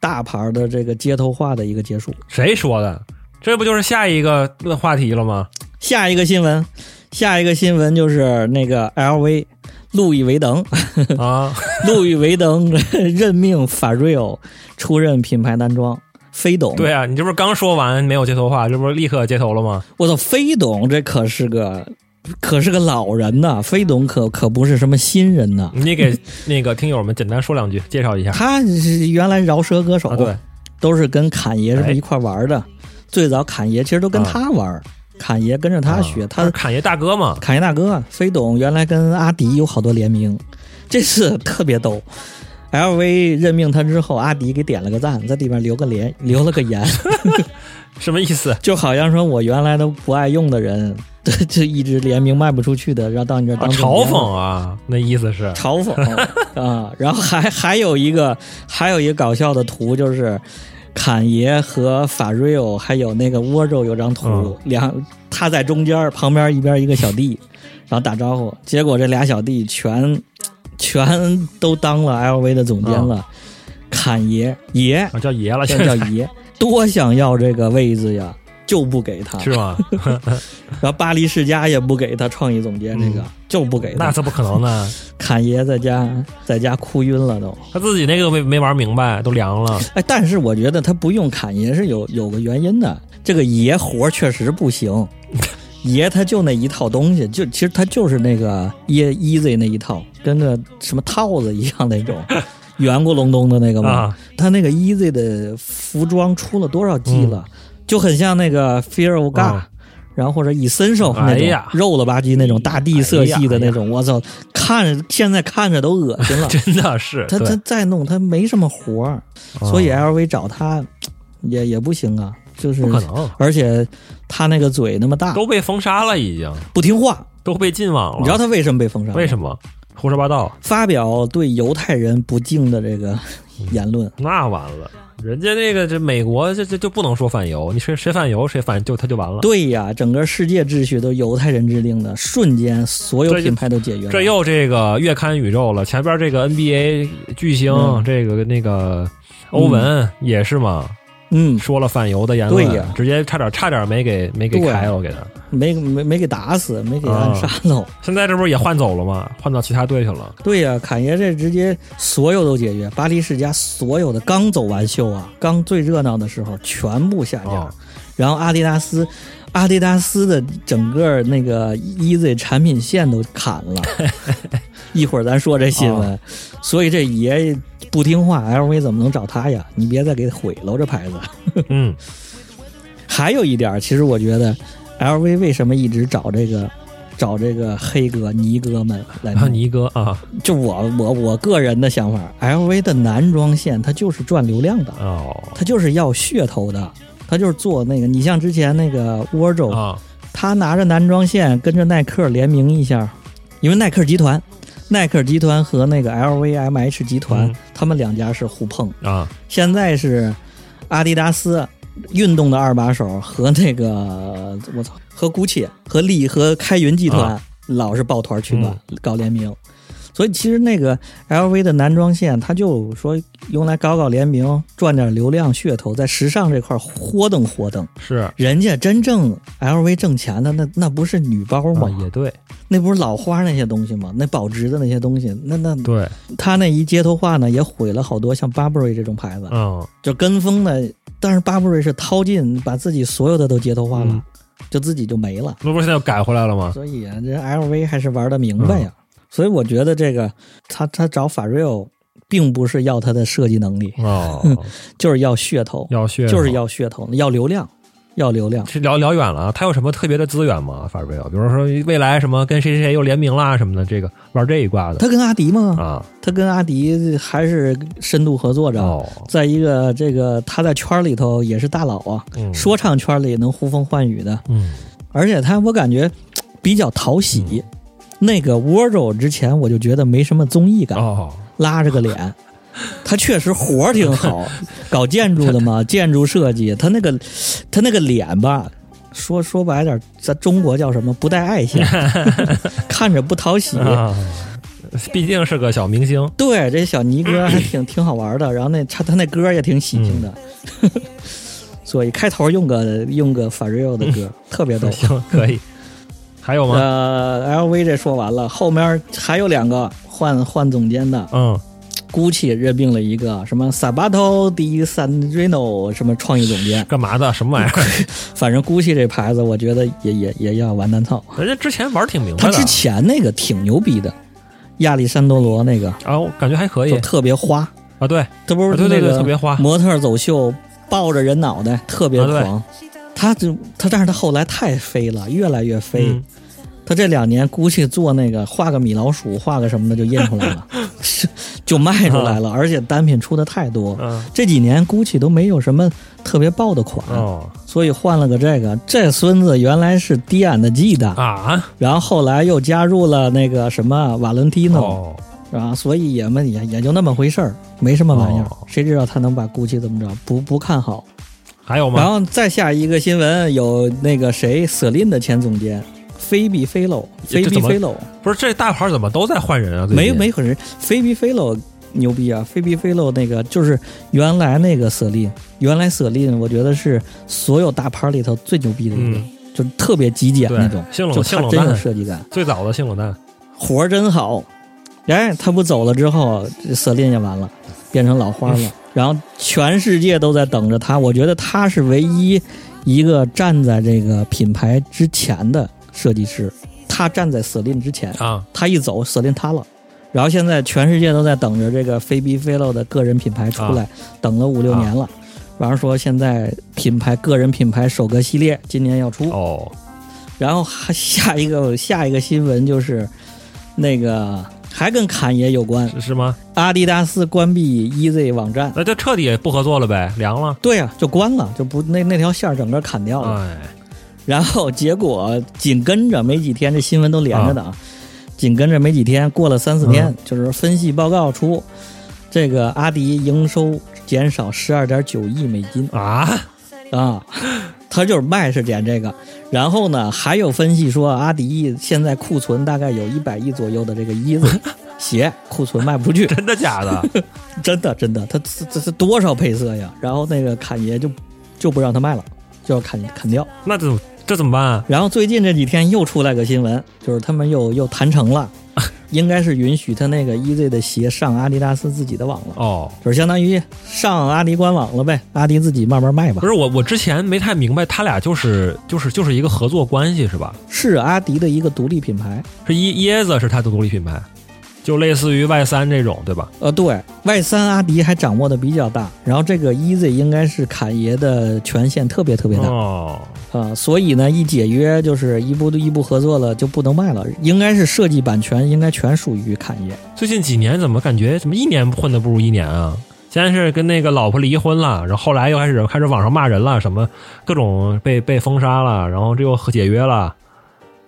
大牌的这个街头化的一个结束。谁说的？这不就是下一个话题了吗？下一个新闻，下一个新闻就是那个 LV 路易威登， <laughs> 啊，路易威登任命法瑞欧出任品牌男装。飞董，对啊，你这不是刚说完没有街头化，这不是立刻街头了吗？我操，飞董这可是个，可是个老人呐，飞董可可不是什么新人呐，<laughs> 你给那个听友们简单说两句，介绍一下他是原来饶舌歌手，啊。对，都是跟侃爷哎是一块玩的，最早侃爷其实都跟啊他玩，侃爷跟着他学，啊他是侃爷大哥嘛，侃爷大哥飞董原来跟阿迪有好多联名，这次特别逗。LV 任命他之后，阿迪给点了个赞，在里面留个连，留了个言， <laughs> 什么意思？就好像说我原来都不爱用的人， <laughs> 这这一直联名卖不出去的，然后到你这儿啊，当嘲总监了讽啊，那意思是嘲讽 <laughs> 啊，然后还 <laughs> 还有一个还有一个搞笑的图就是。侃爷和法瑞欧还有那个沃州有张图，嗯两他在中间，旁边一边一个小弟，然后打招呼。结果这俩小弟全全都当了 LV 的总监了。侃爷爷嗯啊，叫爷了，现现在叫在爷，多想要这个位子呀，就不给他。 <laughs> 是 <laughs> 吗？然后巴黎世家也不给他创意总监这个，就不给他。嗯那这不可能的，侃爷在家在家哭晕了都。他自己那个没没玩明白，都凉了。哎，但是我觉得他不用侃爷是有有个原因的，这个爷活儿确实不 <laughs> 行，爷他就那一套东西，就其实他就是那个 e easy 那一套，跟个什么套子一样那 <laughs> 种，圆咕隆咚的那个嘛。啊 <laughs> 他那个 easy 的服装出了多少季了，就很像那个 Fear of God、嗯啊然后或者 essential 哎那种、呀哎肉了吧唧那种大地色系的那种，我操，看着现在看着都恶 <laughs> 心了。真的是，他对哦他再弄他没什么活儿，所以 LV 找他也也不行啊，就是不可能而且他那个嘴那么大，都被封杀了，已经不听话，都被禁网了。你知道他为什么被封杀？哦为么？什么？胡说八道，发表对犹太人不敬的这个嗯言论，那完了。人家那个这美国这这就不能说反犹，你谁谁反犹谁反就他就完了。对呀，整个世界秩序都犹太人制定的，瞬间所有这就品牌都解约了。这又这个月刊宇宙了，前边这个 NBA 巨星、嗯这个那个欧文也是嘛，嗯，说了反犹的言论，对呀直接差点差点没给没给对啊开了，我给他。没没没给打死，没给啊暗杀喽。现在这不是也换走了吗？换到其他队去了。对呀、侃爷这直接所有都解约，巴黎世家所有的刚走完秀啊，刚最热闹的时候全部下架， <laughs> 哦然后阿迪达斯，阿迪达斯的整个那个 Easy 产品线都砍了。一会儿咱说这新闻，所以这爷不听话，LV 怎么能找他呀？你别再给毁了这牌子。嗯，还有一点儿，其实我觉得 LV 为什么一直找这个找这个黑哥尼哥们来然后尼哥啊就我我我个人的想法，LV 的男装线它就是赚流量的，哦它就是要噱头的，它就是做那个。你像之前那个 Wardrobe，、啊他拿着男装线跟着耐克联名一下，因为耐克集团。耐克集团和那个 LVMH 集团，嗯他们两家是互碰。啊现在是阿迪达斯运动的二把手和那个我操和 GUCCI 和力和开云集团、啊嗯老是抱团取暖、搞联名，所以其实那个 LV 的男装线，他就说用来搞搞联名，赚点流量噱头，在时尚这块豁腾豁腾。是人家真正 LV 挣钱的那那不是女包吗？啊也对那不是老花那些东西吗？那保值的那些东西，那那对他那一街头化呢，也毁了好多像 Burberry 这种牌子。嗯就跟风的，但是巴布瑞是掏尽，把自己所有的都街头化了，嗯就自己就没了。那不是现在又改回来 <laughs> 了吗？所以啊，这 LV 还是玩的明白呀、嗯所以我觉得这个他他找法瑞欧，并不是要他的设计能力，哦，就是要噱头，要血就是要噱头，要流量，要流量。是聊聊远了啊，他有什么特别的资源吗？法瑞奥，比如说未来什么跟谁谁又联名啦什么的，这个玩这一挂的他跟阿迪嘛，啊，他跟阿迪还是深度合作着。哦，再一个，这个他在圈里头也是大佬啊，嗯说唱圈里能呼风唤雨的，嗯而且他我感觉比较讨喜。嗯那个 Wardrobe 之前我就觉得没什么综艺感， <laughs> 哦，拉着个 <laughs> 脸。他确实活儿挺好，搞建筑的 <laughs> 嘛，建筑设计，他那个他那个脸吧，说说白点儿，咱中国叫什么？不带 <laughs> 爱心，看着不讨喜。啊，毕竟是个小明星，对，这小尼哥还挺挺好玩的，然后那他他那歌也挺喜庆的， <laughs> 所以开头用个用个 f a r r e l 的歌，特别逗。 <laughs> 行可以。还有吗？呃，LV 这说完了，后面还有两个换换总监的嗯， ，GUCCI 任命了一个什么 Sabato di Sandrino 什么创意总 <laughs> 监，干嘛的？什么玩意儿？ <laughs> 反正 GUCCI 这牌子我觉得也也也要完蛋操。人家之前玩挺明白他的之前那个挺牛逼的，亚历山多罗那个啊，我感觉还可以就特别花，啊。对，这不是啊对对那个对特别花模特走秀抱着人脑袋特别啊对狂，他就他但是他后来太飞了，越来越飞。嗯他这两年估计做那个画个米老鼠，画个什么的就印出来了， <laughs> 是就卖出来了，啊而且单品出的太多。嗯这几年 GUCCI 都没有什么特别爆的款，哦所以换了个这个。这孙子原来是迪安的 G 的，啊然后后来又加入了那个什么瓦伦蒂诺，哦，啊，所以也们也也就那么回事儿，没什么玩意儿哦。谁知道他能把 GUCCI 怎么着？不不看好。还有然吗？后再下一个新闻，有那个谁，Celine 的前总监菲比菲喽，这菲比怎么菲喽。不是这大牌怎么都在换人啊？最没近没可是菲比菲洛牛逼啊！菲比菲洛那个就是原来那个瑟琳，原来瑟琳我觉得是所有大牌里头最牛逼的一个，嗯就是特别极简对那种，性冷就性他冷真有淡设计感，最早的性冷淡活儿真好。哎，他不走了之后，这瑟琳也完了，变成老花了。然后全世界都在等着他，我觉得他是唯一一个站在这个品牌之前的设计师，他站在瑟琳之前。啊，他一走，舍令塌了。然后现在全世界都在等着这个菲比菲洛的个人品牌出来，等了五六年了。完了说现在品牌个人品牌首个系列今年要出，哦然后还下一个 <laughs> 下一个新闻就是那个还跟侃爷有关，是是吗？阿迪达斯关闭 EZ 网站。那就彻底不合作了呗，凉了。啊对呀、就关了，就不那那条线儿整个砍掉了。哎，然后结果紧跟着没几天，这新闻都连着的啊，紧跟着没几天，过了三四天，就是分析报告出，这个阿迪营收减少十二点九亿美金啊， <laughs> 啊， <laughs> 他就是卖是减这个。然后呢，还有分析说，阿迪现在库存大概有一百亿左右的这个衣 <laughs> 子鞋库存卖不出去，真的假的？ <laughs> 真的真的，他这这这多少配色呀？然后那个侃爷就就不让他卖了，就要砍砍掉。那怎么这怎么办啊？然后最近这几天又出来个新闻，就是他们又又谈成 <laughs> 了，应该是允许他那个 EZ 的鞋上阿迪达斯自己的网了，哦，就是相当于上阿迪官网了呗，阿迪自己慢慢卖吧不。是我，我之前没太明白，他俩就是就是就是一个合作关系是吧？是阿迪的一个独立品牌，是椰椰子是他的独立品牌，就类似于 Y 三这种对吧？呃，对外三阿迪还掌握的比较大，然后这个 EZ 应该是侃爷的权限特别特别大啊、哦，所以呢，一解约就是一步一步合作了就不能卖了，应该是设计版权应该全属于侃爷。最近几年怎么感觉怎么一年混的不如一年啊？先是跟那个老婆离婚了，然后后来又开始开始网上骂人了，什么各种被被封杀了，然后这又和解约了，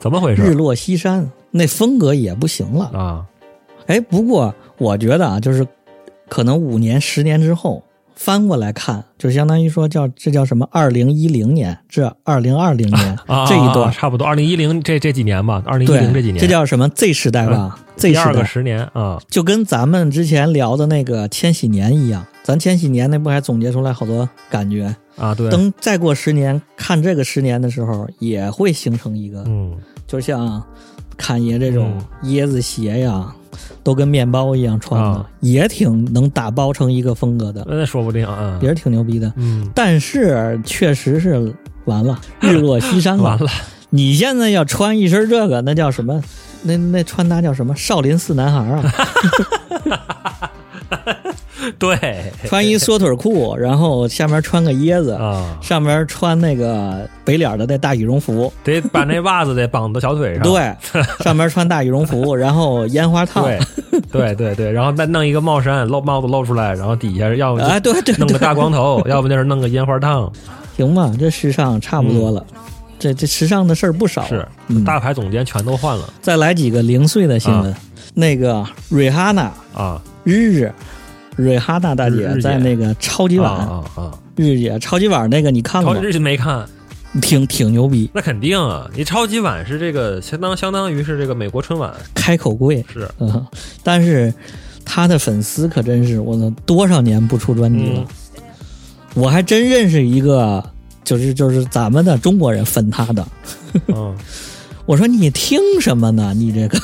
怎么回日事落西山那风格也不行了。啊？哎，不过我觉得啊，就是可能五年、十年之后翻过来看，就相当于说叫这叫什么？二零一零年至二零二零年、 <laughs> 啊，这一啊段，差不多，二零一零这这几年吧，二零一对零这几年，嗯这叫什么 Z 时代吧、z 第时二个代十年啊，就跟咱们之前聊的那个千禧年一样，咱千禧年那不还总结出来好多感觉？啊，对，等再过十年看这个十年的时候，也会形成一个，嗯，就像侃爷这种椰子鞋呀，都跟面包一样穿的，嗯啊也挺能打包成一个风格的，那说不定啊，也是挺牛逼的。嗯，但是确实是完了，日落西山完了， <laughs> 你现在要穿一身这个，那叫什么？那那穿搭叫什么？少林寺男孩啊，对穿一缩腿裤，然后下面穿个椰子，啊，上面穿那个北脸的那大羽绒服，得把那袜子得绑到小腿上，对，上面穿大羽绒服，然后烟花烫，对对对对，然后再弄一个帽衫，露帽子露出来，然后底下要不就哎，对对，弄对个大光头，要不就是弄个烟花烫，行吧，这时尚差不多了。这这时尚的事儿不少啊，嗯是嗯、大牌总监全都换了再来几个零碎的新闻。那个瑞哈娜啊，日日，瑞哈娜大日日姐姐在那个超级啊碗、啊啊！日姐超级碗那个你看了超吗？日没看，挺挺牛逼，那肯定啊！你超级碗是这个相当相当于是这个美国春晚开口贵，是嗯，但是他的粉丝可真是我操，多少年不出专辑嗯了，我还真认识一个，就是就是咱们的中国人粉他的， <laughs> 嗯，我说你听什么呢？你这个，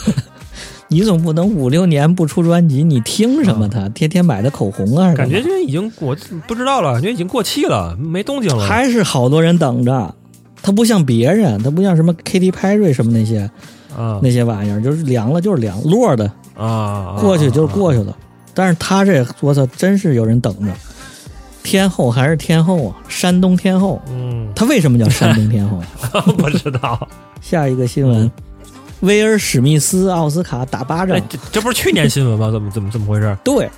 <laughs> 你总不能五六年不出专辑，你听什么他？天天买的口红啊，啊感觉是吧这已经我不知道了，感觉已经过气了，没动静了。还是好多人等着。他不像别人，他不像什么 Katy Perry 什么那些啊那些玩意儿，就是凉了就是凉，落的啊啊，过去就是过去了。但是他这我操，真是有人等着。天后还是天后啊，山东天后。嗯， <laughs> 他为什么叫山东天后啊？ <laughs> 不知道。下一个新闻，威尔史密斯奥斯卡打巴掌嗯哎，，这这不是去年新闻吗？怎么怎么怎么回事对，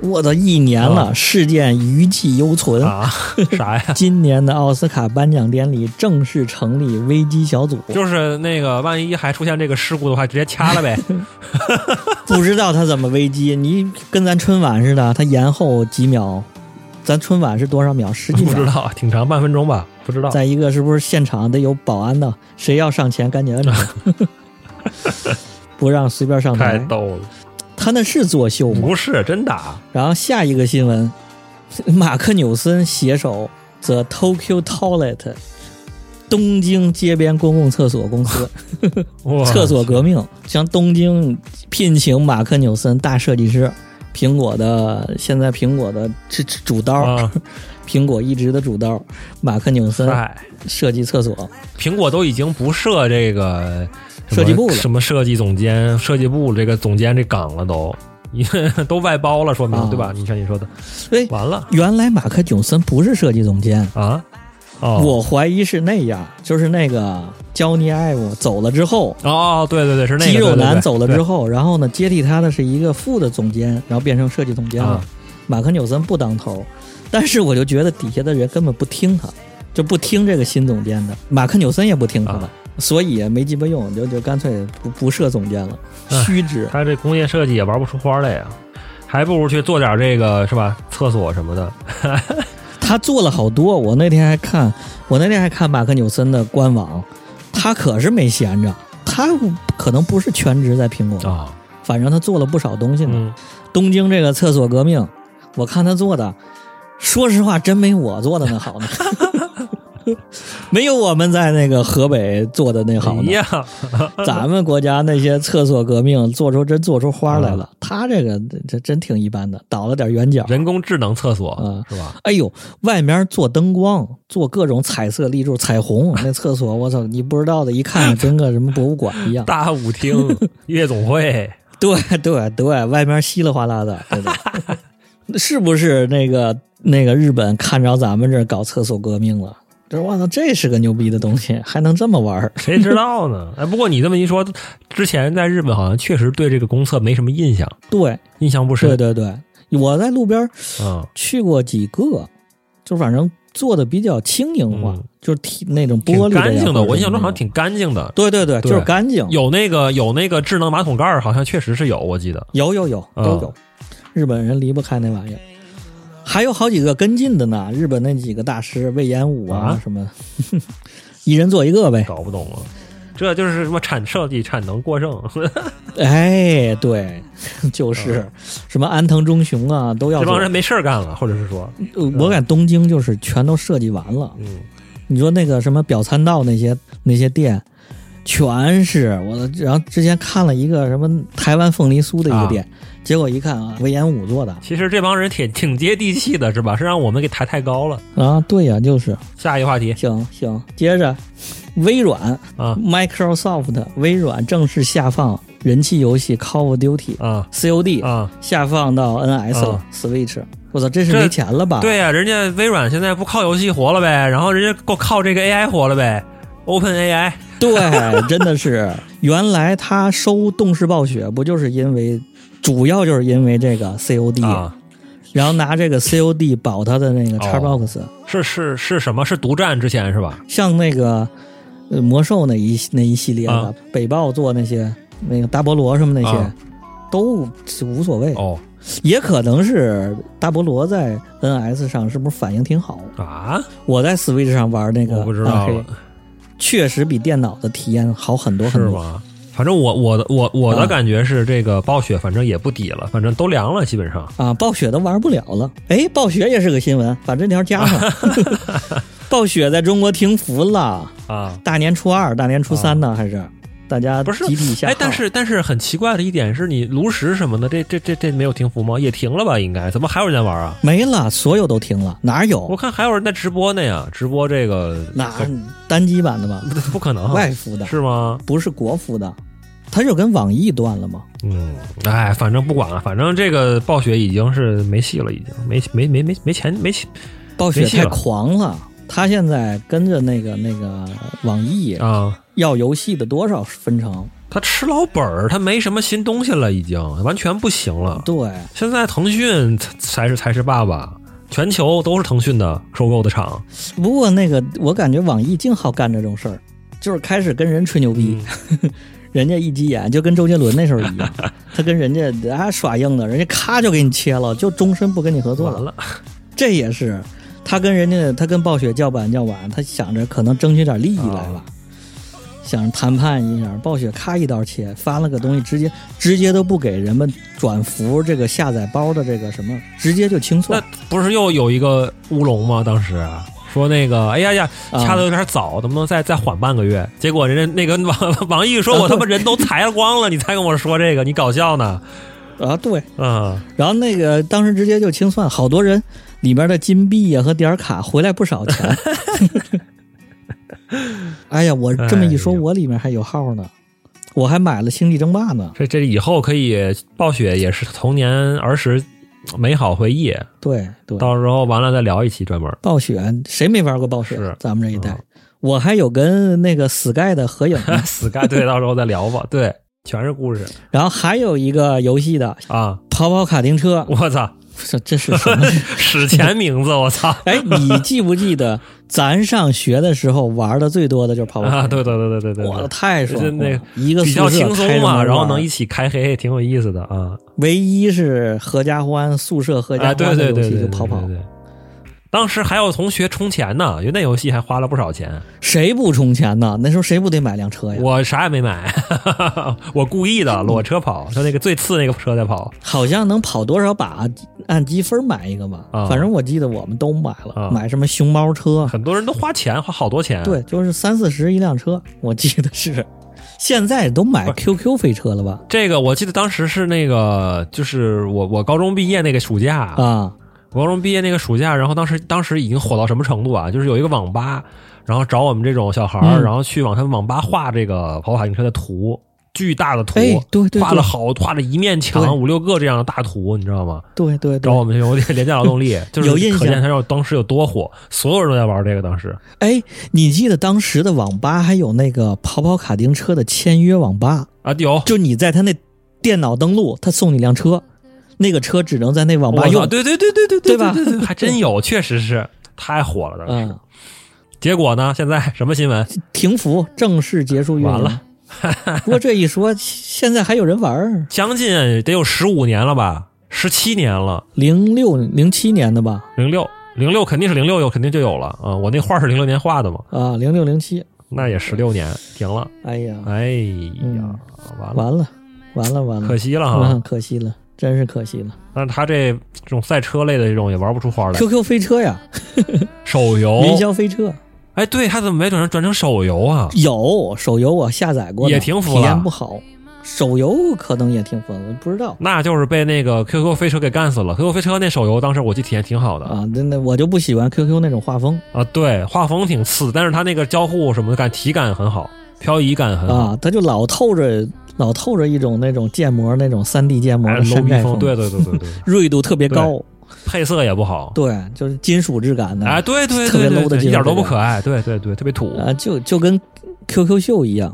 我的一年了，事件余悸犹存。啊？啥呀？今年的奥斯卡颁奖典礼正式成立危机小组，就是那个，万一还出现这个事故的话，直接掐 <laughs> 了呗。不知道他怎么危机。你跟咱春晚似的，他延后几秒，咱春晚是多少秒？十几不知秒。道，挺长，半分钟吧，不知道。再一个，是不是现场得有保安呢？谁要上前，赶紧 <laughs> 摁着他，不让随便上太台。逗嗯了，他那是作秀吗？不是真啊打然后下一个新闻，马克纽森携手 The Tokyo Toilet 东京街边公共厕所公司 <laughs> 哇！厕所革命，将东京聘请马克纽森大设计师，苹果的现在苹果的这这主刀， <laughs> 啊，苹果一直的主刀，马克纽森哎，设计厕所，苹果都已经不设这个什么设计部了什么设计总监、设计部这个总监这岗了都， <laughs> 都外包了，说明啊对吧？你像你说的，所以完了原来马克纽森不是设计总监。啊，哦，我怀疑是那样，就是那个焦尼艾姆走了之后，哦，对对对，是那个肌肉男走了之后后，然后呢，接替他的是一个副的总监，然后变成设计总监了。啊马克纽森不当头，但是我就觉得底下的人根本不听他，就不听这个新总监的，马克纽森也不听他的，啊所以没鸡巴用，就就干脆不不设总监了，哎虚职。他这工业设计也玩不出花来呀、啊还不如去做点这个是吧？厕所什么的，他做了好多，我那天还看，我那天还看马克纽森的官网，他可是没闲着，他可能不是全职在苹果，啊，反正他做了不少东西呢。嗯，东京这个厕所革命，我看他做的，说实话，真没我做的那 <laughs> 好呢，没有我们在那个河北做的那好呢。哎呀，咱们国家那些厕所革命做出真做出花来啊了，他这个这真挺一般的，倒了点圆角。人工智能厕所、啊是吧？哎呦，外面做灯光，做各种彩色立柱、彩虹，那厕所 <laughs> 我操，你不知道的，一 <laughs> 看跟个什么博物馆一样。大 <laughs> 舞厅、夜总会，对对对，外面稀里哗啦的，对 <laughs> 的。是不是那个那个日本看着咱们这儿搞厕所革命了？就是我操，这是个牛逼的东西，还能这么玩儿？谁知道呢？哎，不过你这么一说，之前在日本好像确实对这个公厕没什么印象，对印象不对深。对对，我在路边儿嗯，去过几个，就反正做的比较轻盈化，嗯就是挺那种玻璃挺呀干净的，或者我印象中好像什么挺干净的那。种对对对，对就是干净，有那个有那个智能马桶盖儿，好像确实是有，我记得。有有有都嗯有，日本人离不开那玩意儿。还有好几个跟进的呢，日本那几个大师魏延武啊啊什么的，一人做一个呗。搞不懂啊，这就是什么产设计产 <laughs> 能过剩，哎，对， <laughs> 就是、什么安藤忠雄啊，都要嗯这做帮。人没事儿干了，或者是说，呃我感觉东京就是全都设计完了。嗯，你说那个什么表参道那些那些店，全是我。然后之前看了一个什么台湾凤梨酥的一个啊店，结果一看啊，魏延武做的其实这帮人挺挺接地气的，是吧？是让我们给抬太高了。啊，对呀、就是下一个话题行行。接着，微软啊 Microsoft 微软正式下放人气游戏 Call of Duty 啊 COD，、啊！下放到 NS 了、啊 Switch。我操，这是这没钱了吧？对呀、人家微软现在不靠游戏活了呗，然后人家够靠这个 AI 活了呗，Open AI 对，真的是。原来他收动视暴雪，不就是因为主要就是因为这个 COD，、啊，哦然后拿这个 COD 保他的那个 Xbox，、是是是什么？是独占之前是吧？像那个呃魔兽那一那一系列的、啊北豹做那些那个大菠萝什么那些。啊都无所谓，哦也可能是大菠萝在 NS 上是不是反应挺好？啊，我在 Switch 上玩那个我不知暗道黑了，确实比电脑的体验好很多是很多。吗？反正我我的我我啊的感觉是，这个暴雪反正也不抵了，反正都凉了，基本上。啊，暴雪都玩不了了。哎，暴雪也是个新闻，把这条加上。 <laughs> 暴雪在中国停服了，啊，大年初二、大年初三呢，还是大家不是集体下哎号，但是但是很奇怪的一点是你炉石什么的，这这这这没有停服吗？也停了吧，应该？怎么还有人在玩啊？没了，所有都停了，哪我有？看还有人在直播呢呀，直播这个哪单机版的吧，不不可能啊，外服的，是吗？不是国服的，它就跟网易断了吗？嗯，哎，反正不管了，反正这个暴雪已经是没戏了，已经没没没没没钱没钱暴雪没戏了太狂了，它现在跟着那个那个网易啊。要游戏的多少分成？他吃老本儿，他没什么新东西了，已经完全不行了。对，现在腾讯才才是才是爸爸，全球都是腾讯的收购的厂。不过那个，我感觉网易净好干这种事儿，就是开始跟人吹牛逼，嗯 <laughs> 人家一急眼就跟周杰伦那时候一样， <laughs> 他跟人家啊耍硬的，人家咔就给你切了，就终身不跟你合作完了。了，这也是他跟人家他跟暴雪叫板叫板，他想着可能争取点利益来啊吧，想着谈判一下，暴雪咔一刀切，发了个东西，直接直接都不给人们转服这个下载包的这个什么，直接就清那算。不是又有一个乌龙吗？当时说那个，哎呀呀，啊掐的有点早，能不能再再缓半个月？结果人家那个网 <laughs> 网易说，我他妈人都裁光了，你才跟我说这个，你搞笑呢？啊，对。嗯，然后那个当时直接就清算，好多人里面的金币呀、和点儿卡回来不少 <laughs> 钱。哎呀，我这么一说，哎呦我里面还有号呢，我还买了《星际争霸》呢。这这以后可以暴雪也是童年儿时美好回忆，对对，到时候完了再聊一期专门。 <laughs> 暴雪谁没玩过暴雪是？。咱们这一代，我还有跟那个 Sky 的合影呢 Sky <laughs> 对，到时候再聊吧。对，全是故事然后还有一个游戏的啊！ <laughs> 跑跑卡丁车，我操，这这是什 <laughs> 么？史前名字，我 <laughs> 操！哎，你记不记得咱上学的时候玩的最多的就是跑跑车？啊，对对对对对对，我太爽就了！是那一个比较宿舍轻松开着门嘛，玩然后能一起开黑，挺有意思的啊。唯一是合家欢，宿舍合家啊，欢对的对游对戏对，就跑跑。对对对当时还有同学充钱呢，因为那游戏还花了不少钱。谁不充钱呢？那时候谁不得买辆哎车呀？我啥也没买， <laughs> 我故意的裸车跑，就那个最次那个车在跑。好像能跑多少把，按积分买一个吧。啊反正我记得我们都买了，啊买什么熊猫车，很哎多人都花钱，花好多钱。对，就是三四十一辆车，我记得 <laughs> 是。现在都买 QQ 飞车了吧？这个我记得当时是那个，就是我我高中毕业那个暑假，啊，我高中毕业那个暑假，然后当时当时已经火到什么程度啊？就是有一个网吧，然后找我们这种小孩儿，嗯然后去往他们网吧画这个跑跑卡丁车的图，巨大的图，哎对对对画了好画了一对面墙五六个这样的大图，你知道吗？对对找我对。们这种廉价劳 <laughs> 动力，就是有印象可见他要当时有多火，所有人都在玩这个。当时哎，你记得当时的网吧还有那个跑跑卡丁车的签约网吧，啊，有就你在他那电脑登录，他送你辆车，那个车只能在那网我吧操用。对对对对对对吧对对，还真有，确实是太火了。当时嗯，结果呢？现在什么新闻？停服正式结束运营。完了，不过这一说，现在还有人玩儿，将近得有十五年了吧，十七年了。零六零七年的吧？零六零六肯定是零六有，肯定就有了啊、我那画是零六年画的嘛，啊，零六零七，那也十六年，停了。哎呀，哎呀嗯，完了，完了，完了，完了，可惜啊了嗯哈。可惜了，真是可惜了。但是他这这种赛车类的这种也玩不出花来。 QQ 飞车呀，手游，云霄飞车哎，对他怎么没转成转成手游啊？有手游，我下载过的，也停服体了验不好。手游可能也挺疯的，不知道那就是被那个 QQ 飞车给干死了。QQ 飞车那手游当时我记得体验挺好的啊。真的，我就不喜欢 QQ 那种画风啊，对，画风挺次，但是他那个交互什么的感体感很好，漂移感很好，啊，它就老透着老透着一种那种建模那种三 D 建模还的是楼山逼寨哎风，对对对 <laughs> 对对，锐度特别高，配色也不好，对，就是金属质感的哎，对对嗯特别对 low 的对对，技术一点都质不感可爱，对对对，特别土，啊，就就跟 QQ 秀一样，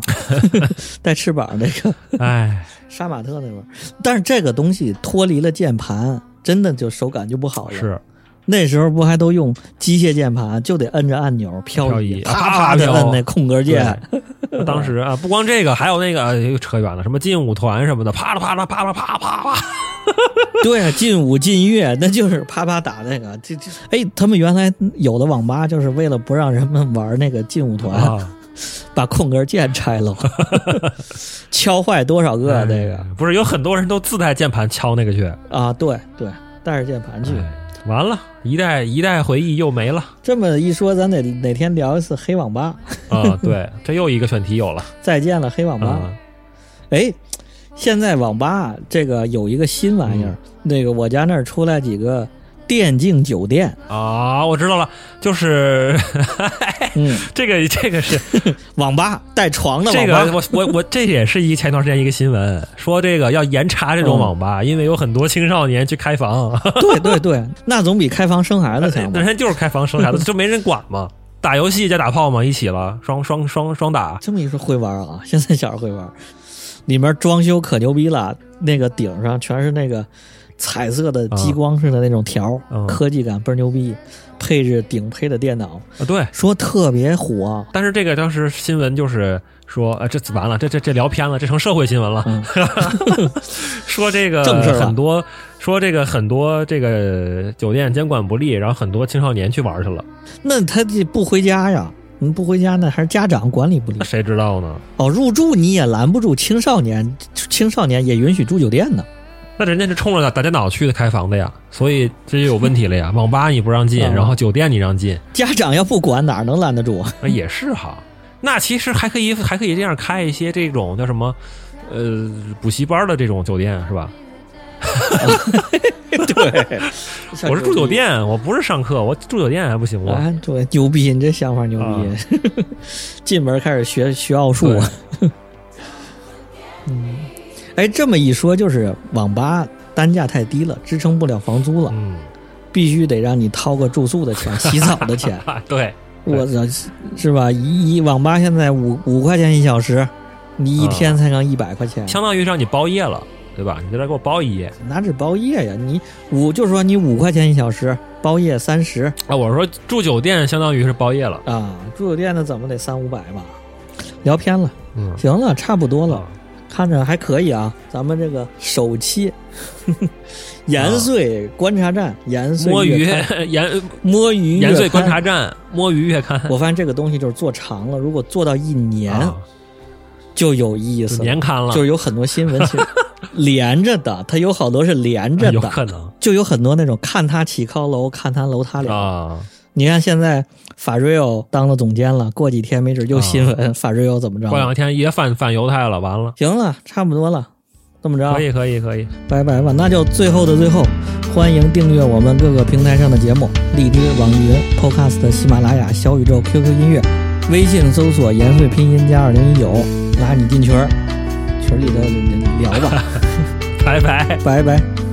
<laughs> 带翅膀那个哎，杀马特那玩意儿。但是这个东西脱离了键盘，真的就手感就不 <laughs> 好了。 <laughs> 是那时候不还都用机械键盘，就得摁着按钮漂漂移，移啪啪啪的飘摁那空格键。当时啊，不光这个，还有那个呃又扯远了，什么劲舞团什么的，啪啦啪啦啪啦啪啪 <laughs> 啪，对，啊劲舞劲乐，那就是啪啪打那个。这这，哎，他们原来有的网吧就是为了不让人们玩那个劲舞团，啊，把空格键拆 <laughs> 了，敲坏多少个那个、哎不是有很多人都自带键盘敲那个去，啊？对对，带着键盘去。哎完了，一代一代回忆又没了这么一说，咱得哪天聊一次黑网吧。 <laughs> 啊，对，这又一个选题有了再见了，黑网吧。啊，哎、现在网吧这个有一个新玩意嗯儿，那个我家那儿出来几个电竞酒店，啊，我知道了，就是 <laughs> 哎嗯，这个这个是网吧带床的这网个吧。我我我这也是一前段时间一个新闻，说这个要严查这嗯种网吧，因为有很多青少年去开房。对对 <laughs> 对，那总比开房生孩子强吧那？人就是开房生 <laughs> 孩子，就没人管嘛。打游戏加打炮嘛，一起了，双双双双打。这么一说会玩啊， <laughs> 现在小孩会玩，里面装修可牛逼了，那个顶上全是那个彩色的激光似的那种条，嗯科技感倍儿牛逼，配置顶配的电脑，啊，对。说特别火。啊但是这个当时新闻就是说，呃，这完了，这这这聊偏了，这成社会新闻了。嗯 <laughs> <laughs> 说这个正事儿了很多，说这个很多这个酒店监管不力，然后很多青少年去玩去了，那他这不回家呀？你不回家那还是家长管理不 <laughs> 力那谁知道呢？哦。入住你也拦不住青少年，青少年也允许住酒店呢。那人家是冲着打打电脑去的开房的呀，所以这就有问题了呀。网吧你不让进，嗯然后酒店你让进，家长要不管，哪能拦得 <laughs> 住啊？啊，也是哈。那其实还可以，还可以这样开一些这种叫什么，呃，补习班的这种酒店是吧？对，我是住酒店，我不是上课，我住酒店还不行吗？啊，对，牛逼！你这想法牛逼， <laughs> 进门开始学学奥数。啊对嗯， <laughs> 哎，这么一说，就是网吧单价太低了，支撑不了房租了，嗯，。必须得让你掏个住宿的钱、洗澡的钱啊，对，我操，是吧？一一网吧现在五五块钱一小时，你一啊天才刚一百块钱，相当于让你包夜了，对吧？你在这给我包一页，哪止包夜呀？你五就是说你五块钱一小时，包夜三十啊，我说住酒店相当于是包夜了，啊，住酒店的怎么得三五百吧？聊偏了，嗯，行了，差不多啊了，看着还可以啊。咱们这个首期， <laughs> 延绥观察站，延绥摸鱼月刊 <laughs> <laughs> 延摸鱼延月绥观刊察站摸鱼月刊，我发现这个东西就是做长了，如果做到一年啊就有意思了，年刊了，就是有很多新闻 <laughs> 其实连着的，它有好多是连着哎有的，可能就有很多那种看他起高楼，看他楼塌了。啊，你看现在法瑞欧当了总监了，过几天没准又新闻、法瑞欧怎么着啊过了？两天也反反犹太了，完了，行了，差不多了，这么着可，以可以可以，拜拜吧。那就最后的最后，欢迎订阅我们各个平台上的节目：荔枝、网易云、Podcast、喜马拉雅、小宇宙、QQ 音乐、微信搜索“延绥拼音加二零一九”， <laughs> 拉你进群儿，群里头聊吧。拜拜。拜拜。